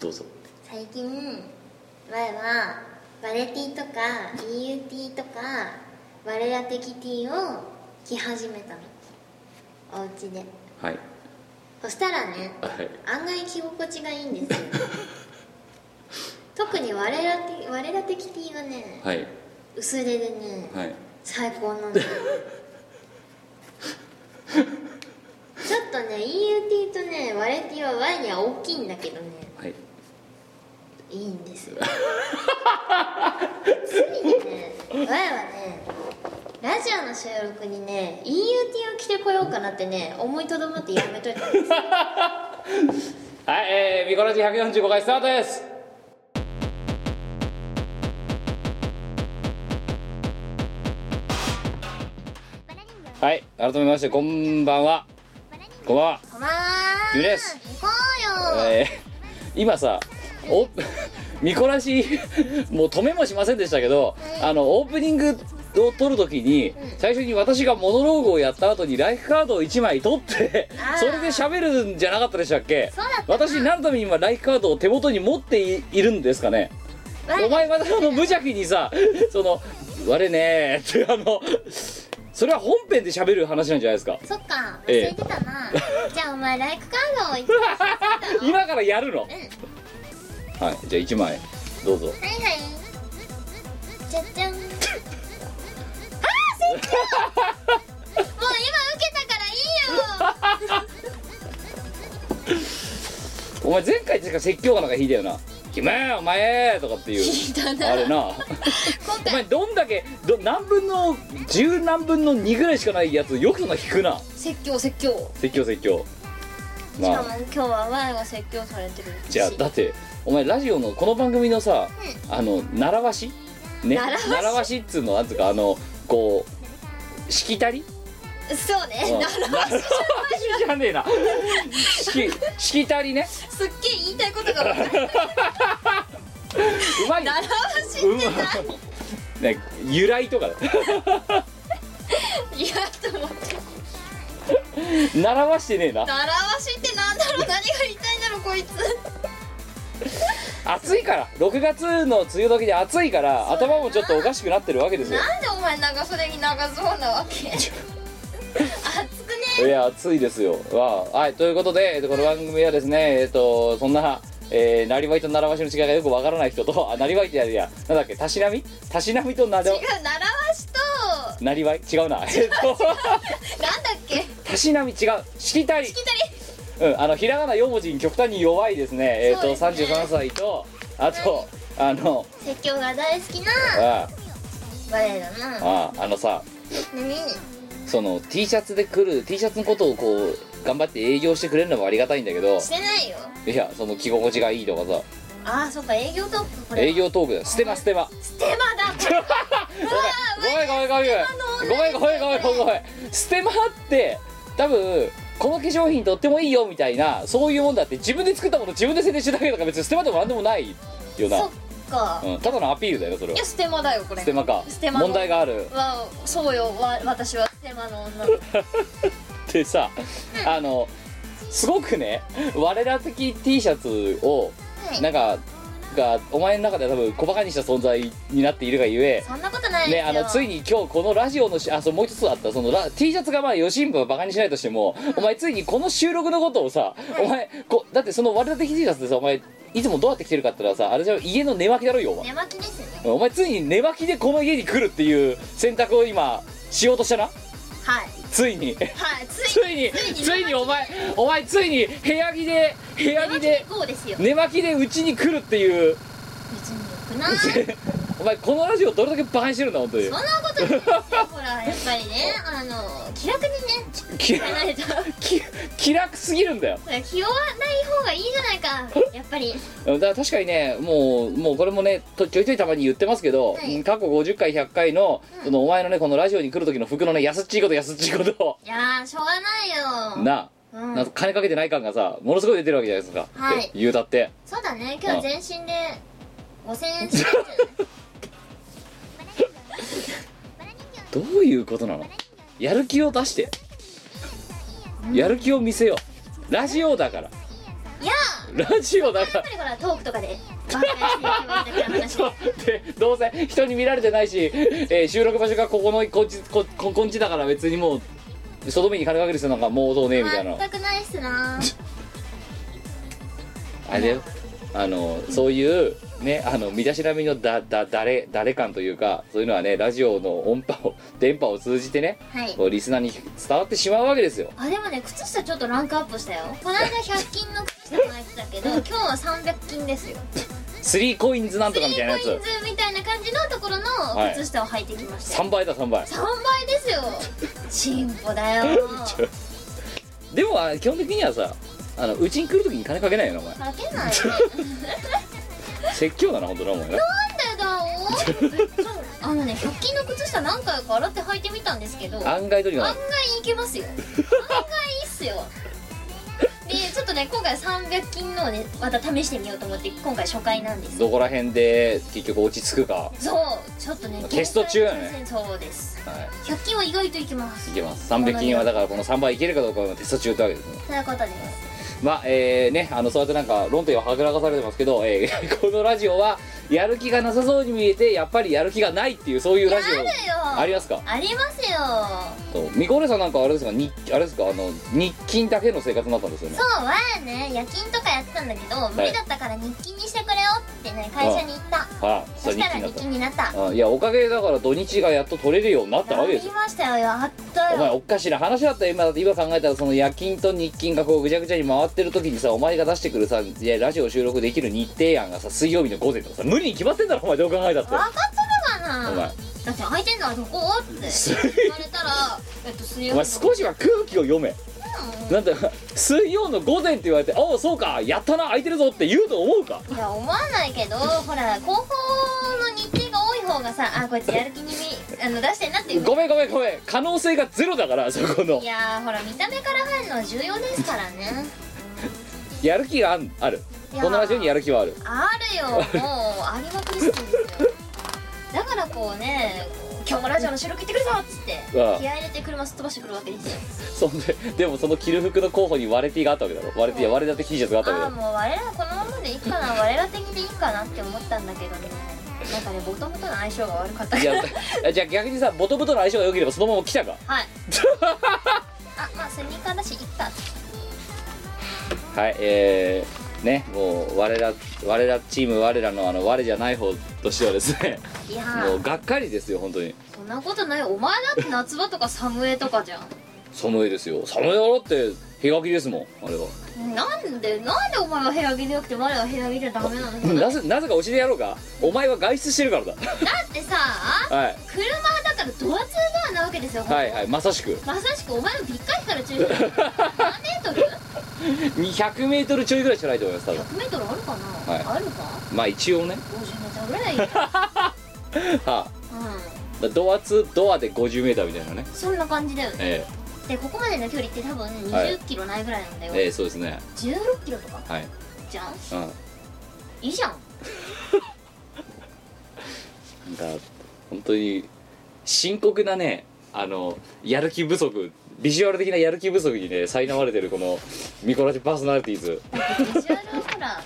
どうぞ最近前はバレティとか EUT とかバレラテキティを着始めたのお家ではいそしたらねはい案外着心地がいいんですよ特に我らテ我らテキティがねはい薄手でねはい最高なん だよちょっとね EUT とねワレティはワイには大きいんだけどねはいいいんですよついにね前はねラジオの収録にね EUT を着てこようかなってね思いとどまってやめといたんですはいえー、ミコラジ145回スタートですはい改めましてこんばんはこんばんはこまゆうです行こうよ、えー今さお 見こらしもう止めもしませんでしたけどあのオープニングを撮るときに最初に私がモノローグをやった後にライフカードを1枚取ってあーそれで喋るんじゃなかったでしたっけそうだったな私何のために今ライフカードを手元に持っていいるんですかねお前またあの無邪気に さその「我ね」ってあのそれは本編で喋る話なんじゃないですかそっか忘ええれてたな、じゃあお前ライクカード を一応うん今からやるのはいはいじゃあ1枚どうぞはいじゃじ ゃんあー正解もう今受けたからいいよお前前回確か説教かなんか引いたよな「キめお前!」とかっていう 聞いたなあれな今お回前どんだけど何分の十何分の2ぐらいしかないやつよくそんな引くな説教説教説教説教しまかあも今日はワイが説教されてるじゃあだってお前ラジオのこの番組のさ、あの習わしね習わしわしっつうのなんつうかあのこうしきたりそうねうんなら習わしじゃねえなしきしきたりねすっげえ言いたいことが分かるうまい習わしってう何まいね由来とかだいやと思って習わしてねえな習わしってなんだろう何が言いたいんだろうこいつ暑いから6月の梅雨時で暑いから頭もちょっとおかしくなってるわけですよなんでお前長袖に長ズボンなわけ熱くいねや暑いですよわあはいということでえっとこの番組はですねえっとそんなえー、なりわいと習わしの違いがよくわからない人とあなりわいってやるやなんだっけたしなみたしなみとな違どう習わしとなりわい違うなえっと なんだっけたしなみ違うしきたり聞きたりうんあのひらがな4文字に極端に弱いですねえっ、そうとですね33歳とあとあの説教が大好きなあバレエだなああのさ何その T シャツで来る T シャツのことをこう頑張って営業してくれるのもありがたいんだけどしてないよいやその着心地がいいとかさああそっか営業トップこれは営業トークだよ捨てま捨てまステマだこれごめんごめんごめんごめんごめんごめんごめんごめん捨てまって多分この化粧品とってもいいよみたいなそういうもんだって自分で作ったもの自分で宣伝してるだけだから別に捨てまでもなんでもないよなそっ、か、うん、ただのアピールだよなそいれはやステマだよこれ捨てまかステマの問題があるわそうよわ私はステマの女の子でさあのすごくね我ら的 T シャツをなんかがお前の中では多分小バカにした存在になっているがゆえそんなことないですね、よ、あのついに今日このラジオのしあそうもう一つあったそのラ T シャツがまあ吉村はバカにしないとしてもお前ついにこの収録のことをさお前こだってその割り当て T シャツでさお前いつもどうやって着てるかって言ったらさあれじゃ家の寝巻きだろよお前寝巻きですねお前ついに寝巻きでこの家に来るっていう選択を今しようとしたなはいついにはいつついいにについにお前お前ついに部屋着で部屋着でこうですよ寝巻きでうちに来るっていう別によくない お前このラジオどれだけバカにしてるんだ本当にそんなことないですよほらやっぱりねあの気楽にねきやられたき 気楽すぎるんだよ気負わない方がいいじゃないかやっぱりだから確かにねもうもうこれもねとちょいちょいたまに言ってますけど、はい過去50回100回の,、うんそのお前のねこのラジオに来る時の服のね安っちいこと安っちいこといやーしょうがないよなあ、うんなんか金かけてない感がさものすごい出てるわけじゃないですか、はい言うたってそうだね今日全身で5000円しかどういうことなのやる気を出してやる気を見せようラジオだからいやラジオだやかっらぱりこれはトークとかで挽回していけばいいだけの話そうでどうせ人に見られてないし、えー収録場所がここのこんちこここんちだから別にもう外目に金かける人なんかもうどうねえみたいな全くないっすなあれだよあのそういうねあの身だしなみのだだ誰誰感というかそういうのはねラジオの音波を 電波を通じてねはいこうリスナーに伝わってしまうわけですよあでもね靴下ちょっとランクアップしたよこの間100均の靴下のやつだけど今日は300均ですよスリーコインズなんとかみピたいンなポやインつズみたいな感じのところの靴下を履いてきましたよ、 3倍だ3倍3倍ですよ進歩だよでもあ基本的にはさあのうちに来るときに金かけないよなお 前かけないね説教だな本当なお前ななんでだろうあのね100均の靴下何回か洗って履いてみたんですけど案外案外とりがないいけますよ案外いいっすよでちょっとね今回300均のをねまた試してみようと思って今回初回なんですよどこら辺で結局落ち着くか、はそうちょっとねテスト中やね厳選そうですい、 100均は意外といけますいけます300均はだからこの3倍いけるかどうかのテスト中ってわけですねということですまあえー、ねあのそうやってなんか論点ははぐらかされてますけど、えー このラジオはやる気がなさそうに見えてやっぱりやる気がないっていうそういうラジあるよオありますかありますよとミコレさんなんかあれですか日あれですかあの日勤だけの生活になったんですよねそうはね夜勤とかやってたんだけど無理だったから日勤にしてくれよってね会社に言ったはい、そそししたたら日ら日勤勤になっただったうんいやおかげでだから土日がやっと取れるようになったわけですりよましたよやったお前よおかしな話だったよ今だって今考えたらその夜勤と日勤がこうぐちゃぐちゃに回ってる時にさお前が出してくるさいやラジオ収録できる日程案がさ水曜日の午前とかさ無理に決まってんだろお前どう考えたって分かってるかなお前だって空いてんのはどこって言われたらえっと水お曜前日少しは空気を読めなんだ水曜の午前って言われて「ああそうかやったな空いてるぞ」って言うと思うかいや思わないけどほら高校の日程が多い方がさあこいつやる気にみあの出してんなっていうごめんごめんごめん可能性がゼロだからそこのいやーほら見た目から入るのは重要ですからねやる気があんあるいやーこのラジオにやる気はあるあるよもうありまくりすぎですよだからこうね今日もラジオの収録行ってくるぞっつって気う合んい入れて車すっ飛ばしてくるわけですよそんででもその着る服の候補に割れティがあったわけだろ割れティや割れだて T シャツがあったわけあだあろもう我らこのままでいいかな我ら的でいいかなって思ったんだけどねなんかねボトムとの相性が悪かったいからやじゃあ逆にさボトムとの相性が良ければそのまま来たかはいあまあスニーカーだしいっかはいえー、ねもう我ら我らチーム我らのあの我じゃない方としてはですねいやもーうがっかりですよ本当にそんなことないよお前だって夏場とか寒江とかじゃん寒いですよ寒いだろって日がきですもんあれはなんでなんでお前は部屋着でよくて我は部屋着じゃダメなのなだぜなぜか教えてやろうかお前は外出してるからだってさはい車だからドアツードアなわけですよ、はいはいまさしくまさしくお前のびっかりから注意して何メートル 200m ちょいぐらいしかないと思います多分100メートルあるかな、はあるかまあ一応ね50メートルぐらいう んはあドア2ドアで 50m みたいなねそんな感じだよねえでここまでの距離って多分はい20キロないぐらいなんだよ、えええそうですね16キロとかはい、じゃんうん、いいじゃんなんか本当に深刻なねあのやる気不足ビジュアル的なやる気不足にね苛まれてるこのミコラジパーソナリティーズビジュアルはほら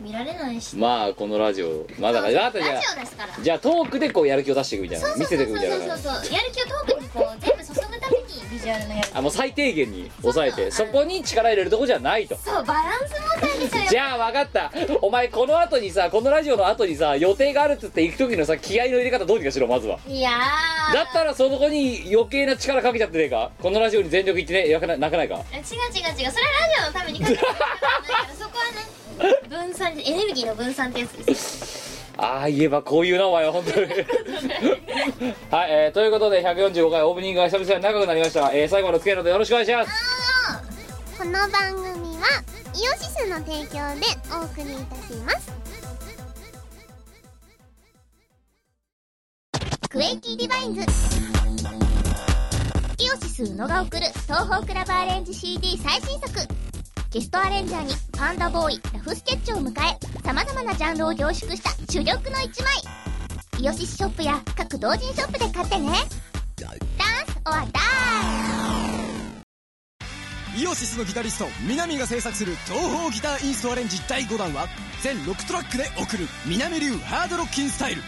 見られないしまあこのラジオまあだからラあとジじゃあオですからじゃあトークでこうやる気を出していくみたいな見せていくみたいなそう感じそうそうそうやる気をトークにこう全部注ぐためにビジュアルのやるあもう最低限に抑えてそそうこに力入れるとこじゃないとそうバランス問題ですよじゃあ分かったお前この後にさこのラジオの後にさ予定があるっつって行く時のさ気合の入れ方どうにかしろまずはいやーだったらそこに余計な力かけちゃってねえかこのラジオに全力いってねやかな泣かないか違う違う違うそれはラジオのためにかけて るわけじゃないからそこはね分散エネルギーの分散ってやつですああ言えばこういうなお前は本 当にはい、えーということで145回オープニングが久々に長くなりました、えー最後までお付き合いのでよろしくお願いしますこの番組はイオシスの提供でお送りいたしますクエイティディバインズイオシス宇野が送る東方クラブアレンジ CD 最新作ゲストアレンジャーにパンダボーイラフスケッチを迎え様々なジャンルを凝縮した珠玉の一枚イオシスショップや各同人ショップで買ってねダンスオアダイイオシスのギタリスト南が制作する東方ギターインストアレンジ第5弾は全6トラックで送る南流ハードロッキンスタイル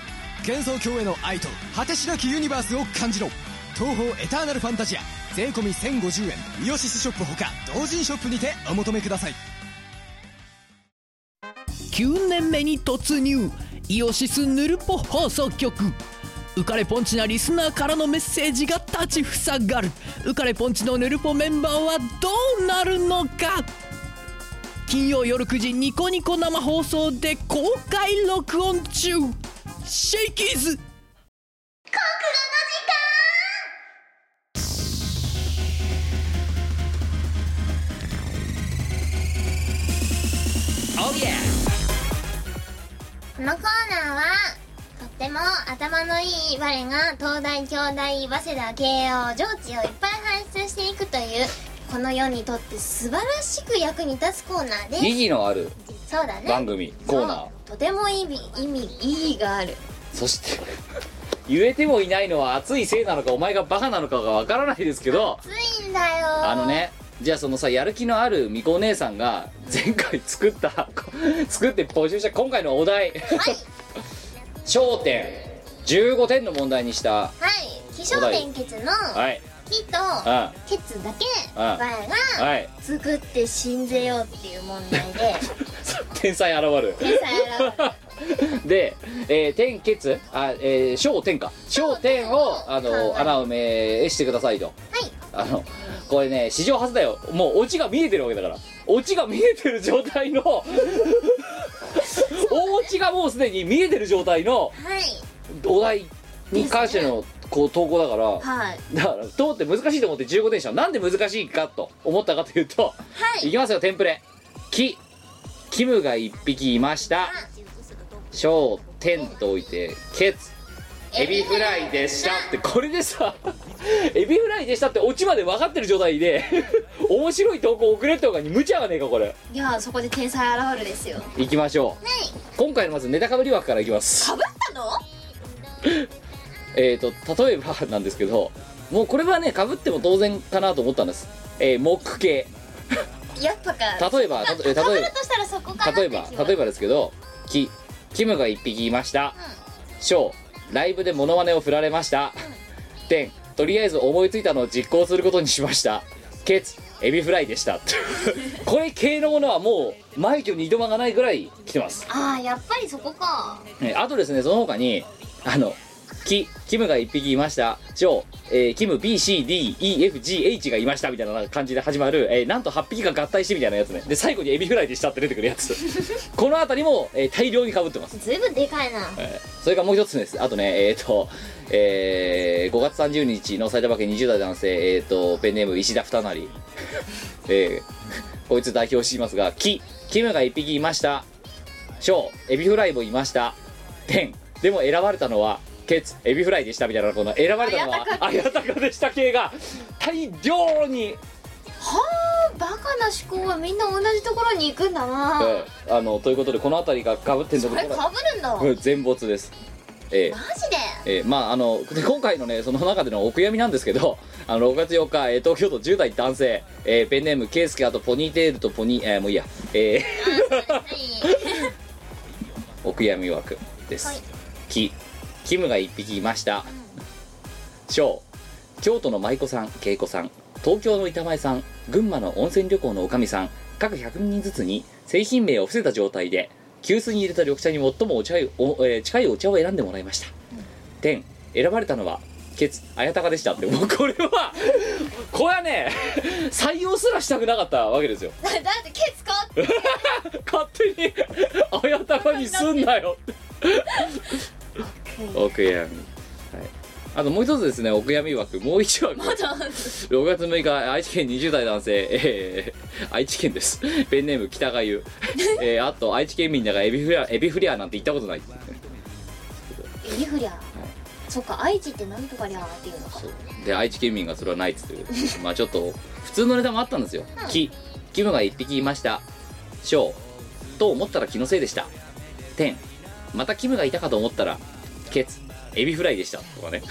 幻想郷への愛と果てしなきユニバースを感じろ東方エターナルファンタジア税込1050円イオシスショップほか同人ショップにてお求めください9年目に突入イオシスヌルポ放送局浮かれポンチなリスナーからのメッセージが立ちふさがる浮かれポンチのヌルポメンバーはどうなるのか金曜夜9時ニコニコ生放送で公開録音中シェイキーズこのコーナーはとっても頭のいい我が東大京大早稲田慶応上智をいっぱい輩出していくというこの世にとって素晴らしく役に立つコーナーで意義のあるすそうだね番組コーナーそうとても意味意味意義があるそして言えてもいないのは熱いせいなのかお前がバカなのかがわからないですけどついんだよあのねじゃあそのさやる気のあるみこお姉さんが前回作った こ作って募集した今回のお題『 焦点』15点の問題にしたはい気象点結のはい木とあケツだけあ我がはい作って死んぜようっていう問題で 天才現る天才現れたで、えー、天血あえー、小天か小天をあはいの穴埋めしてくださいとはいあのこれね史上初だよもうオチが見えてるわけだからオチが見えてる状 態の大オチがもうすでに見えてる状態はのいお題に関してのこう投稿だからはいだから通って難しいと思って15点でしたなんで難しいかと思ったかというと、はいい、きますよテンプレ「キ」「キムが1匹いました」「小」「天」と置いて「ケツ」「エビフライでした」ってこれでさ「エビフライでした」ってオチまで分かってる状態で 面白い投稿送れってほかに無茶がねえかこれいやそこで天才現るですよいきましょう今回のまずネタかぶり枠からいきますかぶったのえー、と例えばなんですけどもうこれはねかぶっても当然かなと思ったんです、えー、木系やっぱか例えばたとえー例えとしたらそこば例えば例えばですけどキキムが1匹いましたショーライブでモノマネを振られましたテンとりあえず思いついたのを実行することにしましたケツエビフライでした これ系のものはもう枚挙に挑まがないぐらい来てますああやっぱりそこかえーあとですねその他にあのキキムが1匹いましたジョー、えーキム BCDEFGH がいましたみたいな感じで始まる、えーなんと8匹が合体してみたいなやつねで最後にエビフライでしたって出てくるやつこの辺りも、えー大量にかぶってます、ずいぶんでかいなえーそれからもう一つですあとねえっ、とえー5月30日の埼玉県20代男性えっ、とペンネーム石田二成 えーこいつ代表しますがキキムが1匹いましたショーエビフライもいましたペンでも選ばれたのはケツエビフライでしたみたいなこの選ばれたのはあやたかでした系が大量に、はあバカな思考はみんな同じところに行くんだなえーあのということでこの辺りがかぶってんとこころれかぶるんだマこれ全没ですえジーでえーまああの で今回のねその中でのお悔やみなんですけど あの6月8日、えー東京都10代男性、えーペンネームケイスケあとポニーテールとポニー、えー もういいや、えーお悔やみ枠です、はい キキムが1匹いました、ショー京都の舞妓さん恵子さん東京の板前さん群馬の温泉旅行のおかみさん各100人ずつに製品名を伏せた状態で急須に入れた緑茶に最もお茶いお、えー近いお茶を選んでもらいました天選ばれたのはケツ綾鷹でしたってもうこれはこれはね採用すらしたくなかったわけですよだだってケツかって勝手に綾鷹にすんなよお悔やみ、はい、あともう一つですねお悔やみ枠もう一枠6月6日愛知県20代男性、えー愛知県ですペンネーム北がゆ、えーあと愛知県民だがエビフリアエビフリアなんて言ったことないエビフリゃそっか愛知ってなんとかりゃーっていうのかそうで愛知県民がそれはないっつって るまあちょっと普通のネタもあったんですよ「キ」「キムが1匹いました」「ショー」と思ったら気のせいでした「テン」またキムがいたかと思ったら「ケツ」「エビフ ライでした」とかね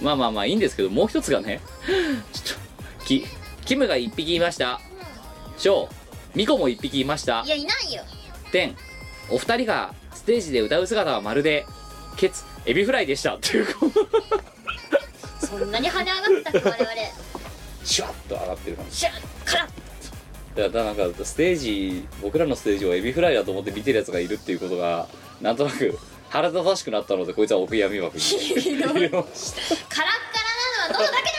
まあまあまあいいんですけどもう一つがねちょっと「キ」キムが1匹いましたショウミコも1匹いましたいやいないよテンお二人がステージで歌う姿はまるでケツエビフライでしたっていうこうそんなに跳ね上がってたっけ我々シュワッと上がってる感じシュッカラッだからなんかステージ僕らのステージをエビフライだと思って見てるやつがいるっていうことがなんとなく腹立たしくなったのでこいつはお悔やみ枠に 入れましたカラッカラなのは喉だけだ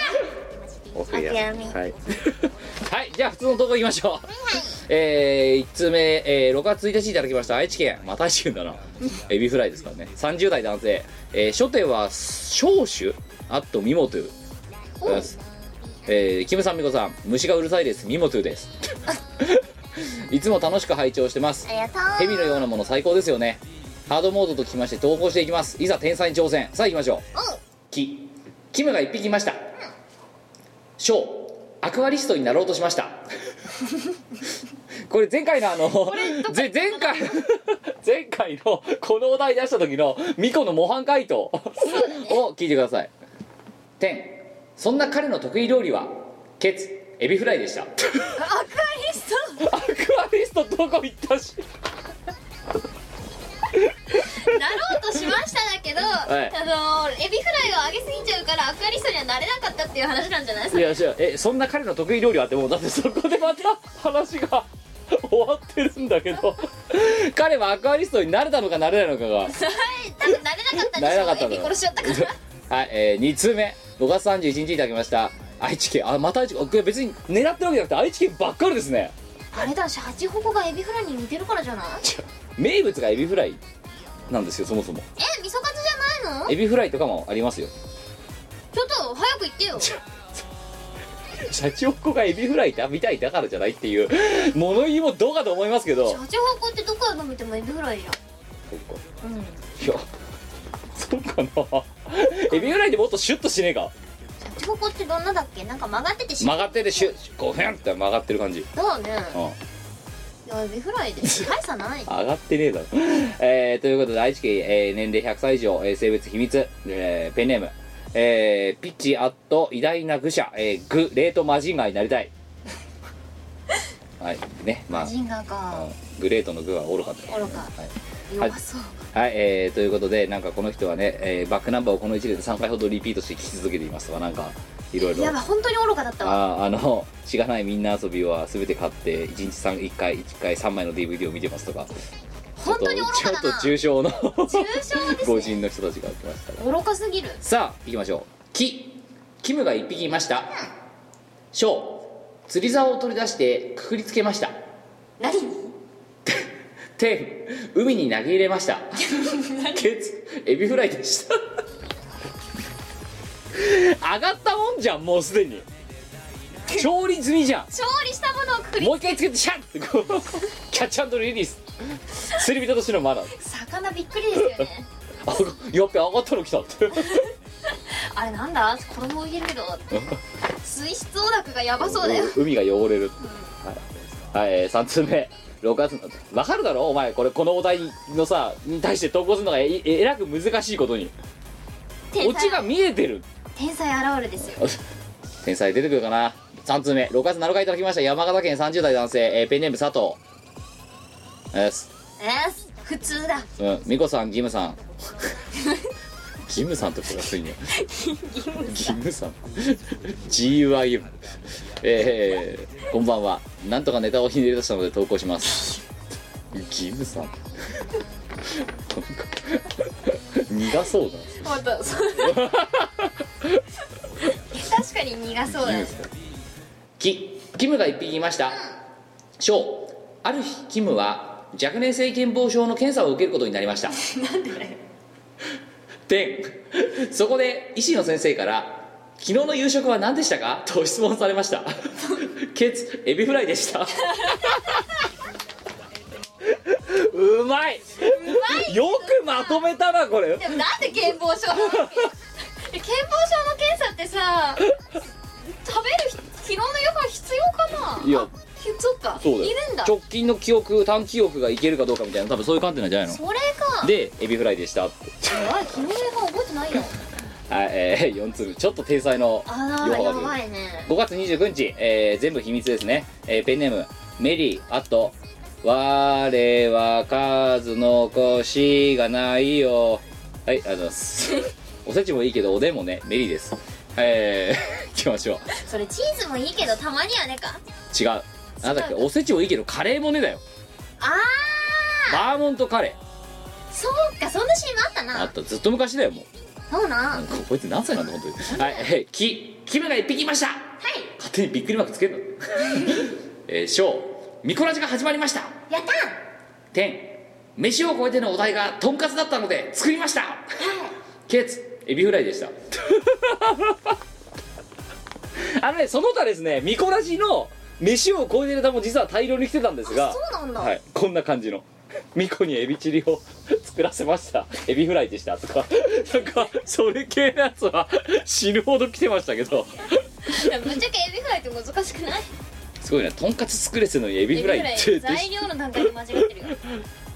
お悔やみはい、 はい、じゃあ普通のとこ行きましょう、えー、1通目、えー6月1日いただきました愛知県また愛知県だなエビフライですからね30代男性、えー、初手は少酒あとミモトゥですえー、キムさんミコさん虫がうるさいですミモトゥです いつも楽しく拝聴してますありがとう蛇のようなもの最高ですよねハードモードときまして投稿していきますいざ天才に挑戦さあ行きましょうキキムが1匹いましたショウアクアリストになろうとしましたこれ前回のあのぜ前回前回のこのお題出した時のミコの模範解答を聞いてください天そんな彼の得意料理はケツエビフライでしたアクアリストアクアリストどこ行ったしなろうとしましただけど、はいあのエビフライを上げすぎちゃうからアクアリストにはなれなかったっていう話なんじゃないですいかやじゃあえそんな彼の得意料理はってもうだって そこでまた話が 終わってるんだけど 彼はアクアリストになれたのかなれないのかが多分なれなかったんでなれなかっしょたうのエビ殺しちゃったから はい、えー、2通目5月31日いただきました愛知県あまた愛知県あこれ別に狙ってるわけじゃなくて愛知県ばっかりですね あれだしハチホコがエビフライに似てるからじゃない名物がエビフライなんですよそもそもえ味噌カツじゃないのエビフライとかもありますよちょっと早く言ってよ社長っ子がエビフライ食べたいだからじゃないっていう物言いもどうかと思いますけどシャチホコってどこで飲めてもエビフライじゃんうんいやそうかな エビフライってもっとシュッとしねえかシャチホコってどんなだっけなんか曲がっててし曲がっててシュッこうフェンって曲がってる感じ、だよねうん、いやエビフライで大差ない上がってねえだろ、えーということで愛知県、えー年齢100歳以上、えー性別秘密、えーペンネーム、えーピッチアット偉大な愚者、えー、グレートマジンガーになりた いはいねまあ、ジンガーかうんグレートのグは愚かった愚かはい弱そうはい、えー、ということで、なんかこの人はね、えーバックナンバーをこの1年で3回ほどリピートして聴き続けていますとか、なんか、いろいろや。ばい本当に愚かだったわあーあの、しがないみんな遊びは全て買って、1日3、1回、1回3枚の DVD を見てますとか、本当に愚ちかょっだとな重重症の症です ごね人の人たちが来ましたが。愚かすぎるさあ、行きましょう。キ、キムが1匹いました。ショウ、釣り竿を取り出してくくりつけました。何 テン、海に投げ入れました。ケツ、エビフライでした。上がったもんじゃん、もうすでに。調理済みじゃん。調理したものをくくりもう一回つけて、シャッってこう、キャッチリリース。釣り人としてのマナー。魚びっくりですよねあやっべ、上がったの来たって。あれなんだ衣を入れるけど水質オダクがやばそうだよ海が汚れる、はい、はいえー、3通目6月のわかるだろお前これこのお題のさに対して投稿するのがえええらく難しいことに天オチが才見えてる天才現るですよ天才出てくるかな3通目6月7日いただきました山形県30代男性、えーペンネーム佐藤ですえーす普通だうん美子さんギムさん ギムさんとかがついねギムさん GUIM えー、こんばんはなんとかネタをひねり出したので投稿しますギムさんなんか苦そうだ本当 そう確かに苦そうだねキキムが一匹いましたショーある日キムは若年性健忘症の検査を受けることになりましたでんそこで医師の先生から「昨日の夕食は何でしたか?」と質問されましたケツエビフライ でしたうまいうまいよくまとめたなこれでもなんで健忘症なの健忘症の検査ってさ食べる日昨日の夜は必要かないやそっかそうだいよるんだ直近の記憶短記憶がいけるかどうかみたいな多分そういう観点なんじゃないのそれかでエビフライでしたってあれ昨日の夜は覚えてないよはいえー、4粒 ちょっと天才のあ両らや方が出るばいね5月29日、えー全部秘密ですね、えーペンネームメリーあと我は数の子しがないよはいありがとうございます おせちもいいけどおでんもねメリーですえー、い きましょうそれチーズもいいけどたまにはねか違うなんだっけおせちもいいけどカレーもねだよあバーモントカレーそうかそんな CM あったーあっなたずっと昔だよもうそうななはんいかこいつ何歳なんだ本当にはいえーキキムが一匹いました勝手にびっくりマークつけ るのえー、ショーミコラジが始まりましたやった点飯を超えてのお題がとんかつだったので作りましたケツエビフライでした あのねその他ですねミコラジの飯を超えてるネタも実は大量に来てたんですがそうなんだ、はい、こんな感じのミコにエビチリを 作らせましたエビフライでしたとかなんかそれ系のやつは死ぬほど来てましたけどいやぶっちゃけエビフライって難しくないすごいねとんかつ作れてるのにエビフライってエビフライ材料の段階で間違って るよ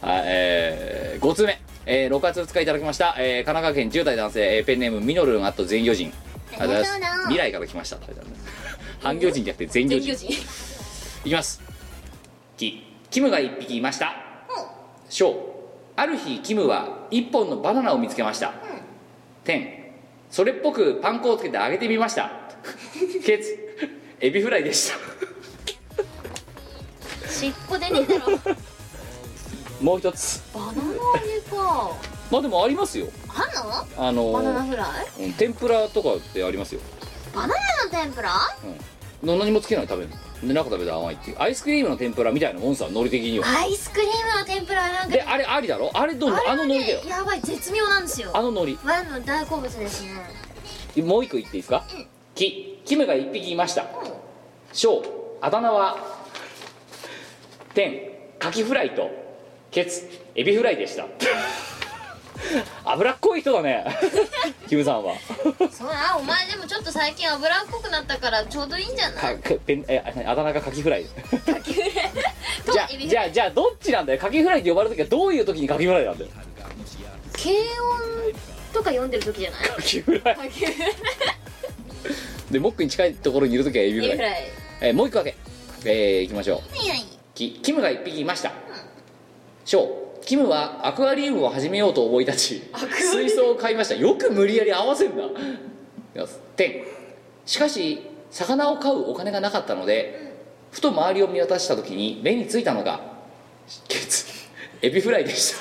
はい、えー、5通目、えー、6月2日いただきました、えー、神奈川県10代男性、えーペンネームミノルンあと全魚人ありがとうございます未来から来ましたって 書いてあるね半魚人じゃなくて全魚全人魚人いきますキキムが1匹いましたショーある日キムは1本のバナナを見つけましたテンそれっぽくパン粉をつけて揚げてみました ケツエビフライでした尻尾でねえだろもう一つバナナ揚げかまあでもありますよああんののバナナーフライうん天ぷらとかってありますよバナナの天ぷらの何もつけないで食べるので中食べたら甘いっていうアイスクリームの天ぷらみたいなもんさ海苔的にはアイスクリームの天ぷらはなんかであれありだろあれどうもあ,、あのれは海苔だねよやばい絶妙なんですよあの海ワンの大好物ですね苔もう一個言っていいですか、キキムが一匹いましたショウあだ名は天カキフライとケツエビフライでした 脂っこい人だね キムさんはそうだお前でもちょっと最近脂っこくなったからちょうどいいんじゃないかペンえああだ名がカキフライとじゃあエビフじライゃあじゃあどっちなんだよカキフライって呼ばれる時はどういう時にカキフライなんだよ軽音とか読んでる時じゃないカキフライでモックに近いところにいる時はエビフライエビフライえーもう一個だけえー、いきましょういないキキムが一匹いましたショーキムはアクアリウムを始めようと思い立ち水槽を買いましたよく無理やり合わせんな天しかし魚を飼うお金がなかったのでふと周りを見渡した時に目についたのがケツエビフライでし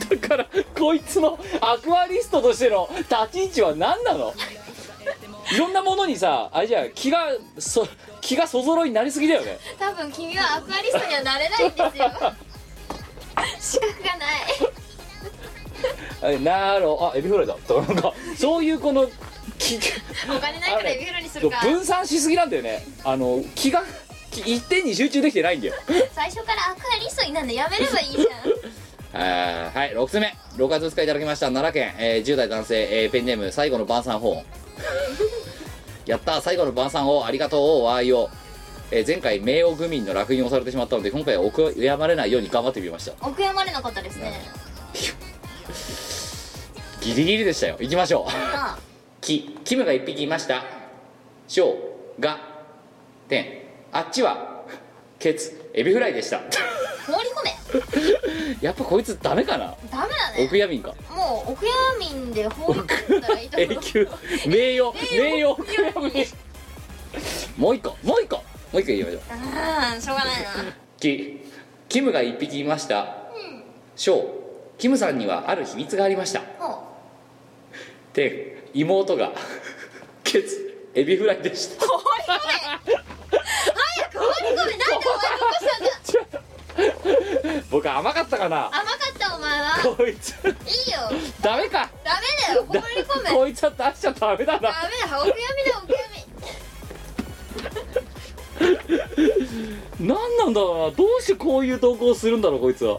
ただからこいつのアクアリストとしての立ち位置は何なのいろんなものにさあれじゃあ気がそ気がそぞろいになりすぎだよね多分君はアクアリストにはなれないん ですよ資格がないえなるほどあエビフライだ となんかそういうこの気お金ないからエビフライにするか分散しすぎなんだよねあの気が気一点に集中できてないんだよ最初からアクアリストになるのやめればいいじゃんあーはい6つ目6月2日いただきました奈良県、えー10代男性、えーペンネーム最後の晩餐法 やったー最後の晩餐をありがとうをわーいを、えー前回名誉愚民の烙印をされてしまったので今回はお悔やまれないように頑張ってみました奥山れなかったですねギリギリでしたよ行きましょうあキキムが一匹いましたショウが天あっちはケツエビフライでした 放り込めやっぱこいつダメかなダメだね奥闇かもう奥山民で放り込んだらいいと永思う久名誉名誉奥闇もう一個もう一個もう一個言いましょうああしょうがないな キキムが一匹いましたショウキムさんにはある秘密がありましたも天妹がケツエビフライでした う放り込めなんでお前残したんだ僕甘かったかな甘かったお前はこいついいよダメかダメだよ放り込めこいつは出しちゃダメだなダメだ奥闇だ奥闇何なんだろうなどうしてこういう投稿するんだろうこいつは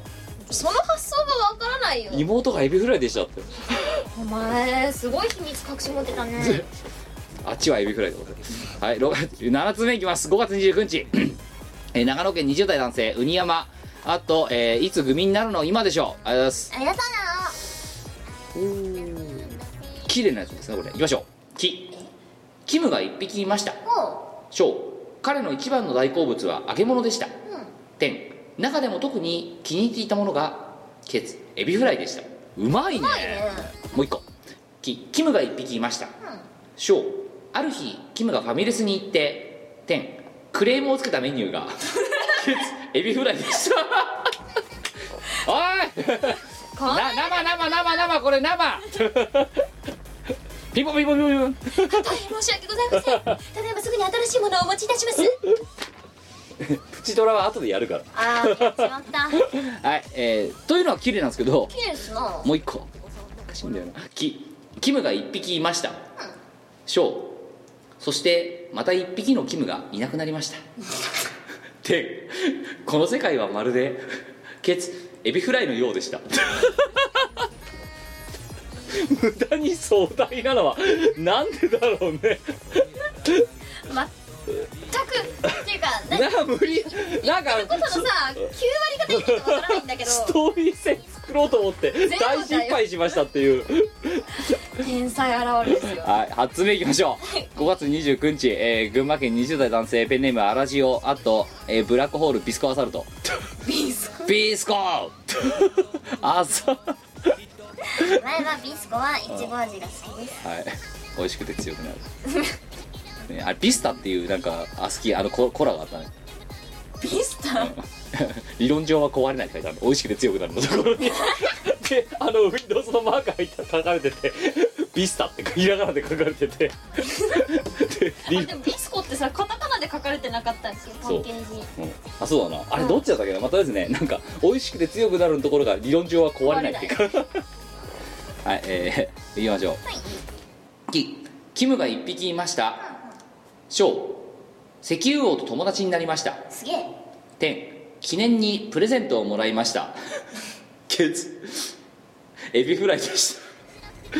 その発想がわからないよ妹がエビフライでしたってお前すごい秘密隠し持ってたねあっちはエビフライでございますはい6月7つ目 いきます5月29日 えー長野県20代男性ウニヤマあと、えーいつグミになるの今でしょうありがとうございますあやだな昨綺麗なやつですねこれいきましょうキキムが1匹いましたおう小彼の一番の大好物は揚げ物でしたうん点中でも特に気に入っていたものがケツエビフライでしたうまいねもう一個キキムが1匹いました小ある日キムがファミレスに行って点クレームをつけたメニュー がケツエビフライでしたおいこんな生生生生これ 生ピンポンピンポンピンポンピン大変申し訳ござ いませんただいますぐに新しいものをお持ちいたしますプチドラは後でやるかああやっちまった綺ら はいえー、というのは綺麗なんですけど麗ですなもう一個おかしいんだよなキキムが1匹いましたショウそしてまた1匹のキムがいなくなりました でこの世界はまるでケツエビフライのようでした 無駄に壮大なのはなんでだろうね全くっていうかなんかなあ無理なんかことのさ9割方意味とかわからないんだけどストーリー性作ろうと思って部だ大よ失敗しましたっていう天才現れですよはい、初目いきましょう5月29日、えー群馬県20代男性ペンネームアラジオあと、えーブラックホールビスコアサルトビスコビスコあさは前はビスコはいちご味が好きですい美味しくて強くなる、ね、あれビスタっていうなんかあ好きあのココラがあったね ビスター理論上は壊れないって書いてある美味しくて強くなるのとこ ろにであの Windows のマーク入った書かれててビスタってひらがなで書かれててで理でもビスコってさカタカナで書かれてなかったんですよパッケージうんあそうだなあれどっちだったっけなまたですね なんか美味しくて強くなるところが理論上は壊れないっていうか はいえー、いきましょう、キキムが1匹いました小石油王と友達になりましたすげえ天記念にプレゼントをもらいました ケツエビフライでした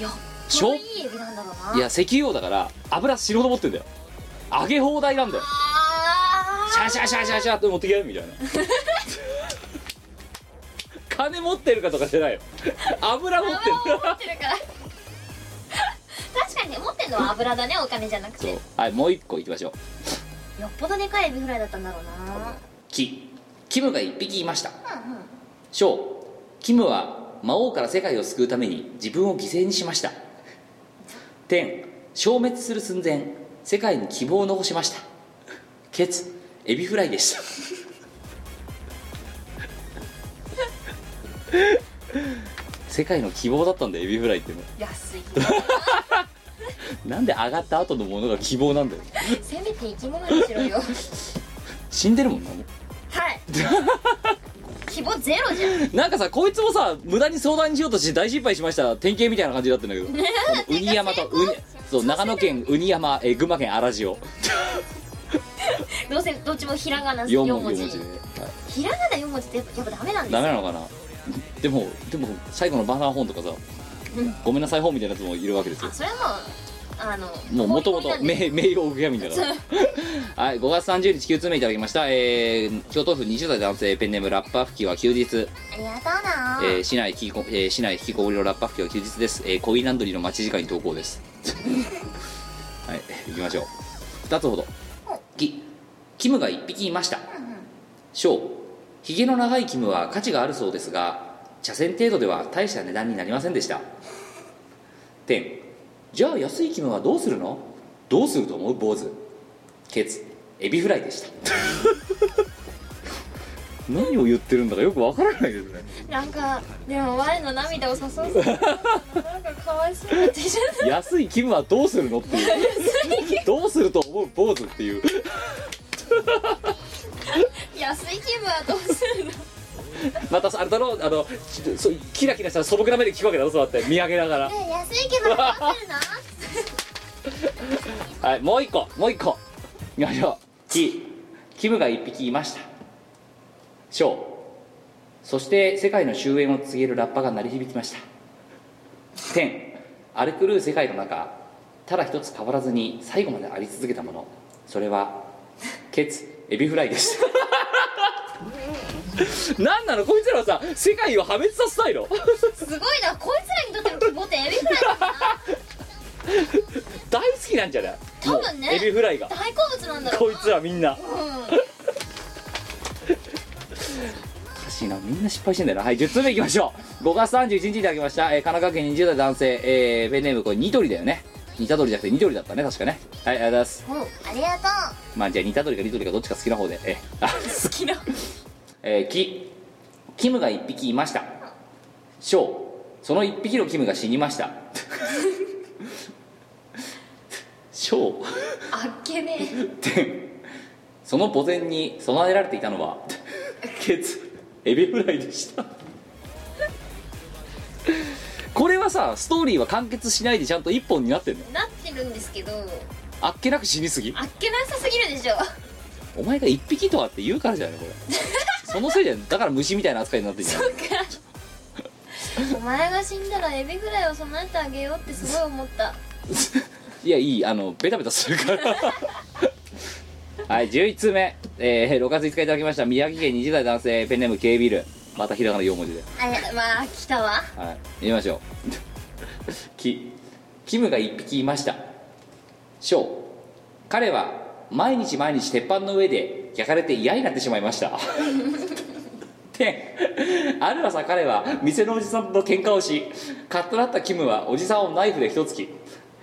よっしょぽどいいエビなんだろうないや石油王だから油死ぬほど持ってんだよ揚げ放題なんだよあシャシャシャシャシャって持ってきゃみたいな 金持ってるかとかじゃないよ油持ってーる持ってるから確かにね持ってるのは油だねお金じゃなくてそようはいもう一個いきましょうっぽどでかいエビフライだったんだろうなキキムが一匹いましたうんうんショウキムは魔王から世界を救うために自分を犠牲にしました天消滅する寸前世界に希望を残しましたケツエビフライでした世界の希望だったんだよエビフライっていうの安いなんで上がった後のものが希望なんだよせめて生き物にしろよ死んでるもんなもはい希望ゼロじゃんうなんかさこいつもさ無駄に相談にしようとして大失敗しました典型みたいな感じだったんだけどあのウニ山とウニそう長野県ウニ山えー群馬県荒塩どうせどっちもひらがな4 4文文字字4文字で、はいひらがな4文字ってやっぱやっぱダメなんですダよメなのかなでもでも最後のバナー本とかさ、んごめんなさい本みたいなやつもいるわけですよあそれはもうあのもうもとも放とり込みなんで名名誉奥みたいな はい5月30日9通目いただきました、えー京都府20代男性ペンネームラッパー吹きは休日ありがとうなえー市内引きこ、えー市内引きこもりのラッパ吹きは休日です、えー、コインランドリーの待ち時間に投稿です はい行きましょう2つほどキキムが1匹いました小ひげの長いキムは価値があるそうですが茶筅程度では大した値段になりませんでした点じゃあ安いキムはどうするのどうすると思う坊主ケツエビフライでした 何を言ってるんだかよくわからないですねなんかでも我の涙を誘うさ なんかかわいそうだってじゃ安いキムはどうするのっていうどうすると思う坊主っていうない安い気分はどうするのまたあれだろあのちそうキラキラした素朴な目で聞くわけだろそうやって見上げながらねえ安いけどどうするのはいもう一個もう一個いきましょうキキムが一匹いましたショウそして世界の終焉を告げるラッパが鳴り響きました天荒れ狂う世界の中ただ一つ変わらずに最後まであり続けたものそれはケツエビフライでしたなんなのこいつらはさ世界を破滅させたいのすごいなこいつらにとっての希望ってってエビフライ大好きなんじゃない多分ねもうエビフライが大好物なんだろこういつらみんうなんおかしいなみんな失敗してんだよなはい10通目いきましょう5月31日いただきました、えー神奈川県20代男性、えーペンネームこれニトリだよねニタドリじゃなくてニトリだったね確かねはいありがとうございますおありがとまあじゃあニタドリかニトリかどっちか好きな方でえーあ好きな えーキキムが1匹いましたショーその1匹のキムが死にました ショーあっけねえってその墓前に備えられていたのはケツエビフライでしたこれはさストーリーは完結しないでちゃんと一本になってんのうなってるんですけどあっけなく死にすぎあっけなさすぎるでしょお前が一匹とはって言うからじゃないのこれそのせいでだから虫みたいな扱いになってんじゃんお前が死んだらエビフライを備えてあげようってすごい思ったいやいいあのベタベタするからはい11通目、えー、6月5日いただきました宮城県20代男性ペンネーム K ビルまたひらがな4文字であれまあ来たわはい言いましょう キキムが1匹いましたショー彼は毎日毎日鉄板の上で焼かれて嫌になってしまいました である朝彼は店のおじさんと喧嘩をしカッとなったキムはおじさんをナイフで一突き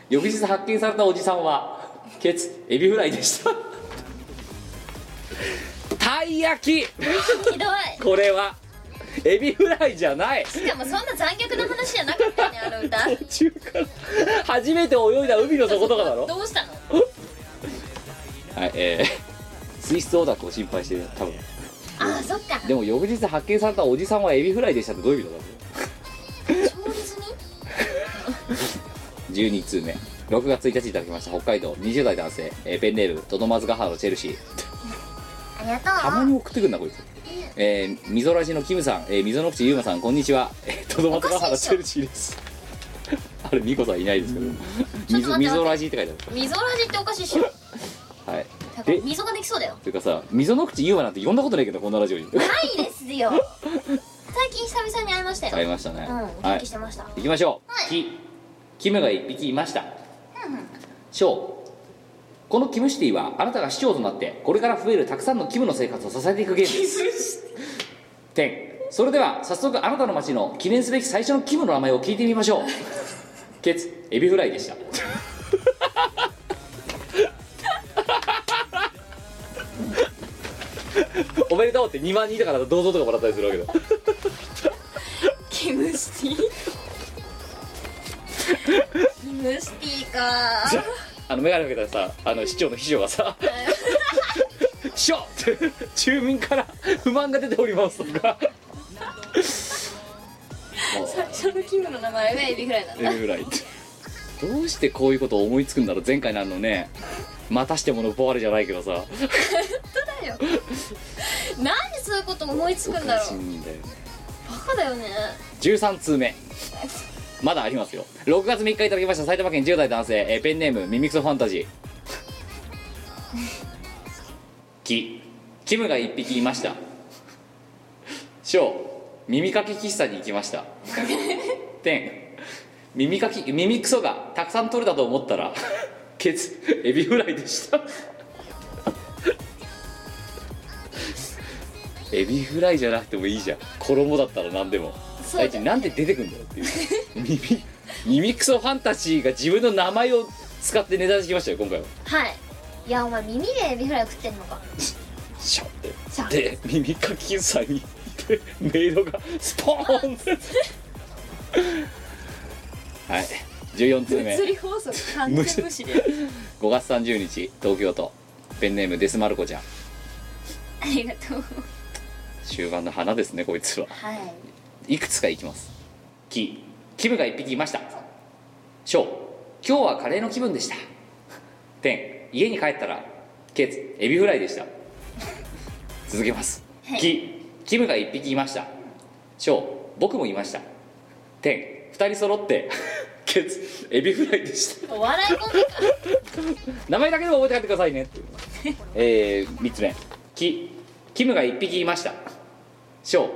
翌日発見されたおじさんはケツエビフライでした たい焼きひどいこれはエビフライじゃないしかもそんな残虐な話じゃなかったよねあの歌途中から初めて泳いだ海の底と かだろどうしたのはいえー、水質オタクを心配してる多分ああそっかでも翌日発見されたおじさんはエビフライでしたってどういう意味だろ調理済みう12通目6月1日いただきました北海道20代男性、えーペンネームトドマズガハのチェルシーありがたとまうに送ってくんなこいつえー、みぞらじのキムさん、えー、みぞの口ゆうまさんこんにちはえートドマズガハのチェルシーですあれミコさんいないですけどみぞみぞらじって書いてみぞらじっておかしいっしょあるはいだからえ溝ができそうだよというかさ溝の口ゆうまなんて呼んだことないけどこんなラジオにないですよ最近久々に会いましたよ買いましたね、うんおは元い気してました、行きましょう、はいキキムが1匹いましたショーこのキムシティはあなたが市長となってこれから増えるたくさんのキムの生活を支えていくゲームです点それでは早速あなたの町の記念すべき最初のキムの名前を聞いてみましょう ケツエビフライでしたおめでとうって2万人だから銅像とかもらったりするわけだキムシティキムシティかじゃあの眼鏡かけたらさあの市長の秘書がさ「市長!」って住民から不満が出ておりますとかも最初のキムの名前はエビフライなんうだエビフライってどうしてこういうことを思いつくんだろう前回なのねまたしてもの奪われじゃないけどさなんでそういうこと思いつくんだろおかしいうんだよねバカだよね13通目まだありますよ6月3日いただきました埼玉県10代男性、えーペンネームミミクソファンタジーキキムが1匹いましたショー耳かき喫茶に行きましたテン耳かき耳クソがたくさん取れたと思ったらケツエビフライでしたエビフライじゃなくてもいいじゃん衣だったら何でもそう大だ地よなんで出てくんだよっていう耳耳クソファンタジーが自分の名前を使ってネタできましたよ今回ははいいやお前耳でエビフライ食ってんのかシャッシャッてで耳かきさんに行ってメイドがスポーンってはい14通目物理法則完全無視で5月30日東京都ペンネームデスマルコちゃんありがとう終盤の花ですねこいつははいいくつかいきますキキムが1匹いましたショー今日はカレーの気分でした テン家に帰ったらケツエビフライでした 続けますキキムが1匹いましたショー僕もいましたテン2人揃って ケツエビフライでしたお笑いコンビか名前だけでも覚えて帰ってくださいねっていうえー、3つ目キキムが1匹いましたショー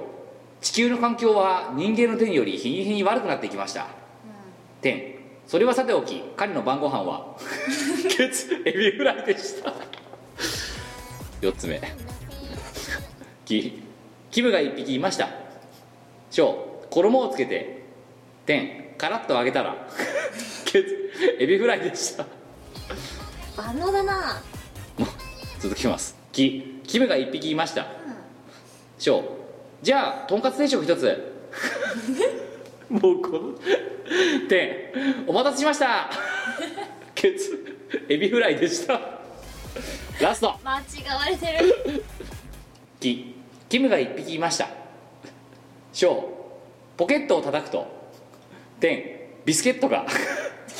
地球の環境は人間の手により日に日に悪くなっていきました、点それはさておき彼の晩ご飯はケツエビフライでした4つ目キキムが1匹いました小衣をつけて点カラッと揚げたらケツエビフライでした万能だな続きますキキムが1匹いました小じゃあとんかつ定食1つもうこの点お待たせしましたケツエビフライでしたラスト間違われてるキキムが1匹いました小ポケットを叩くと点ビスケットが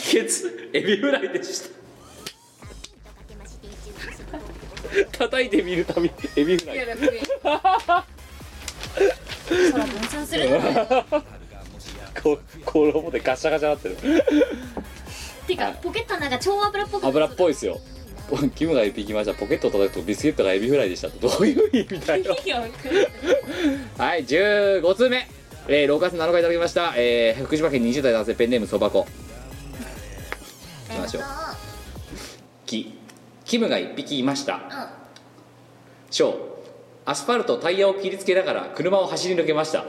ケツエビフライでした叩いてみるたびエビフラいやイ別に空分散するのこ衣でガシャガシャなってるてかポケットの中超油っぽく油っぽいですよキムが1匹いましたポケットを叩くとビスケットがエビフライでしたってどういう意味だよいいよはい15通目、えー、6月7日いただきました、えー福島県20代男性ペンネームそば粉いきましょうキキムが1匹いました小、アスファルトタイヤを切りつけながら車を走り抜けました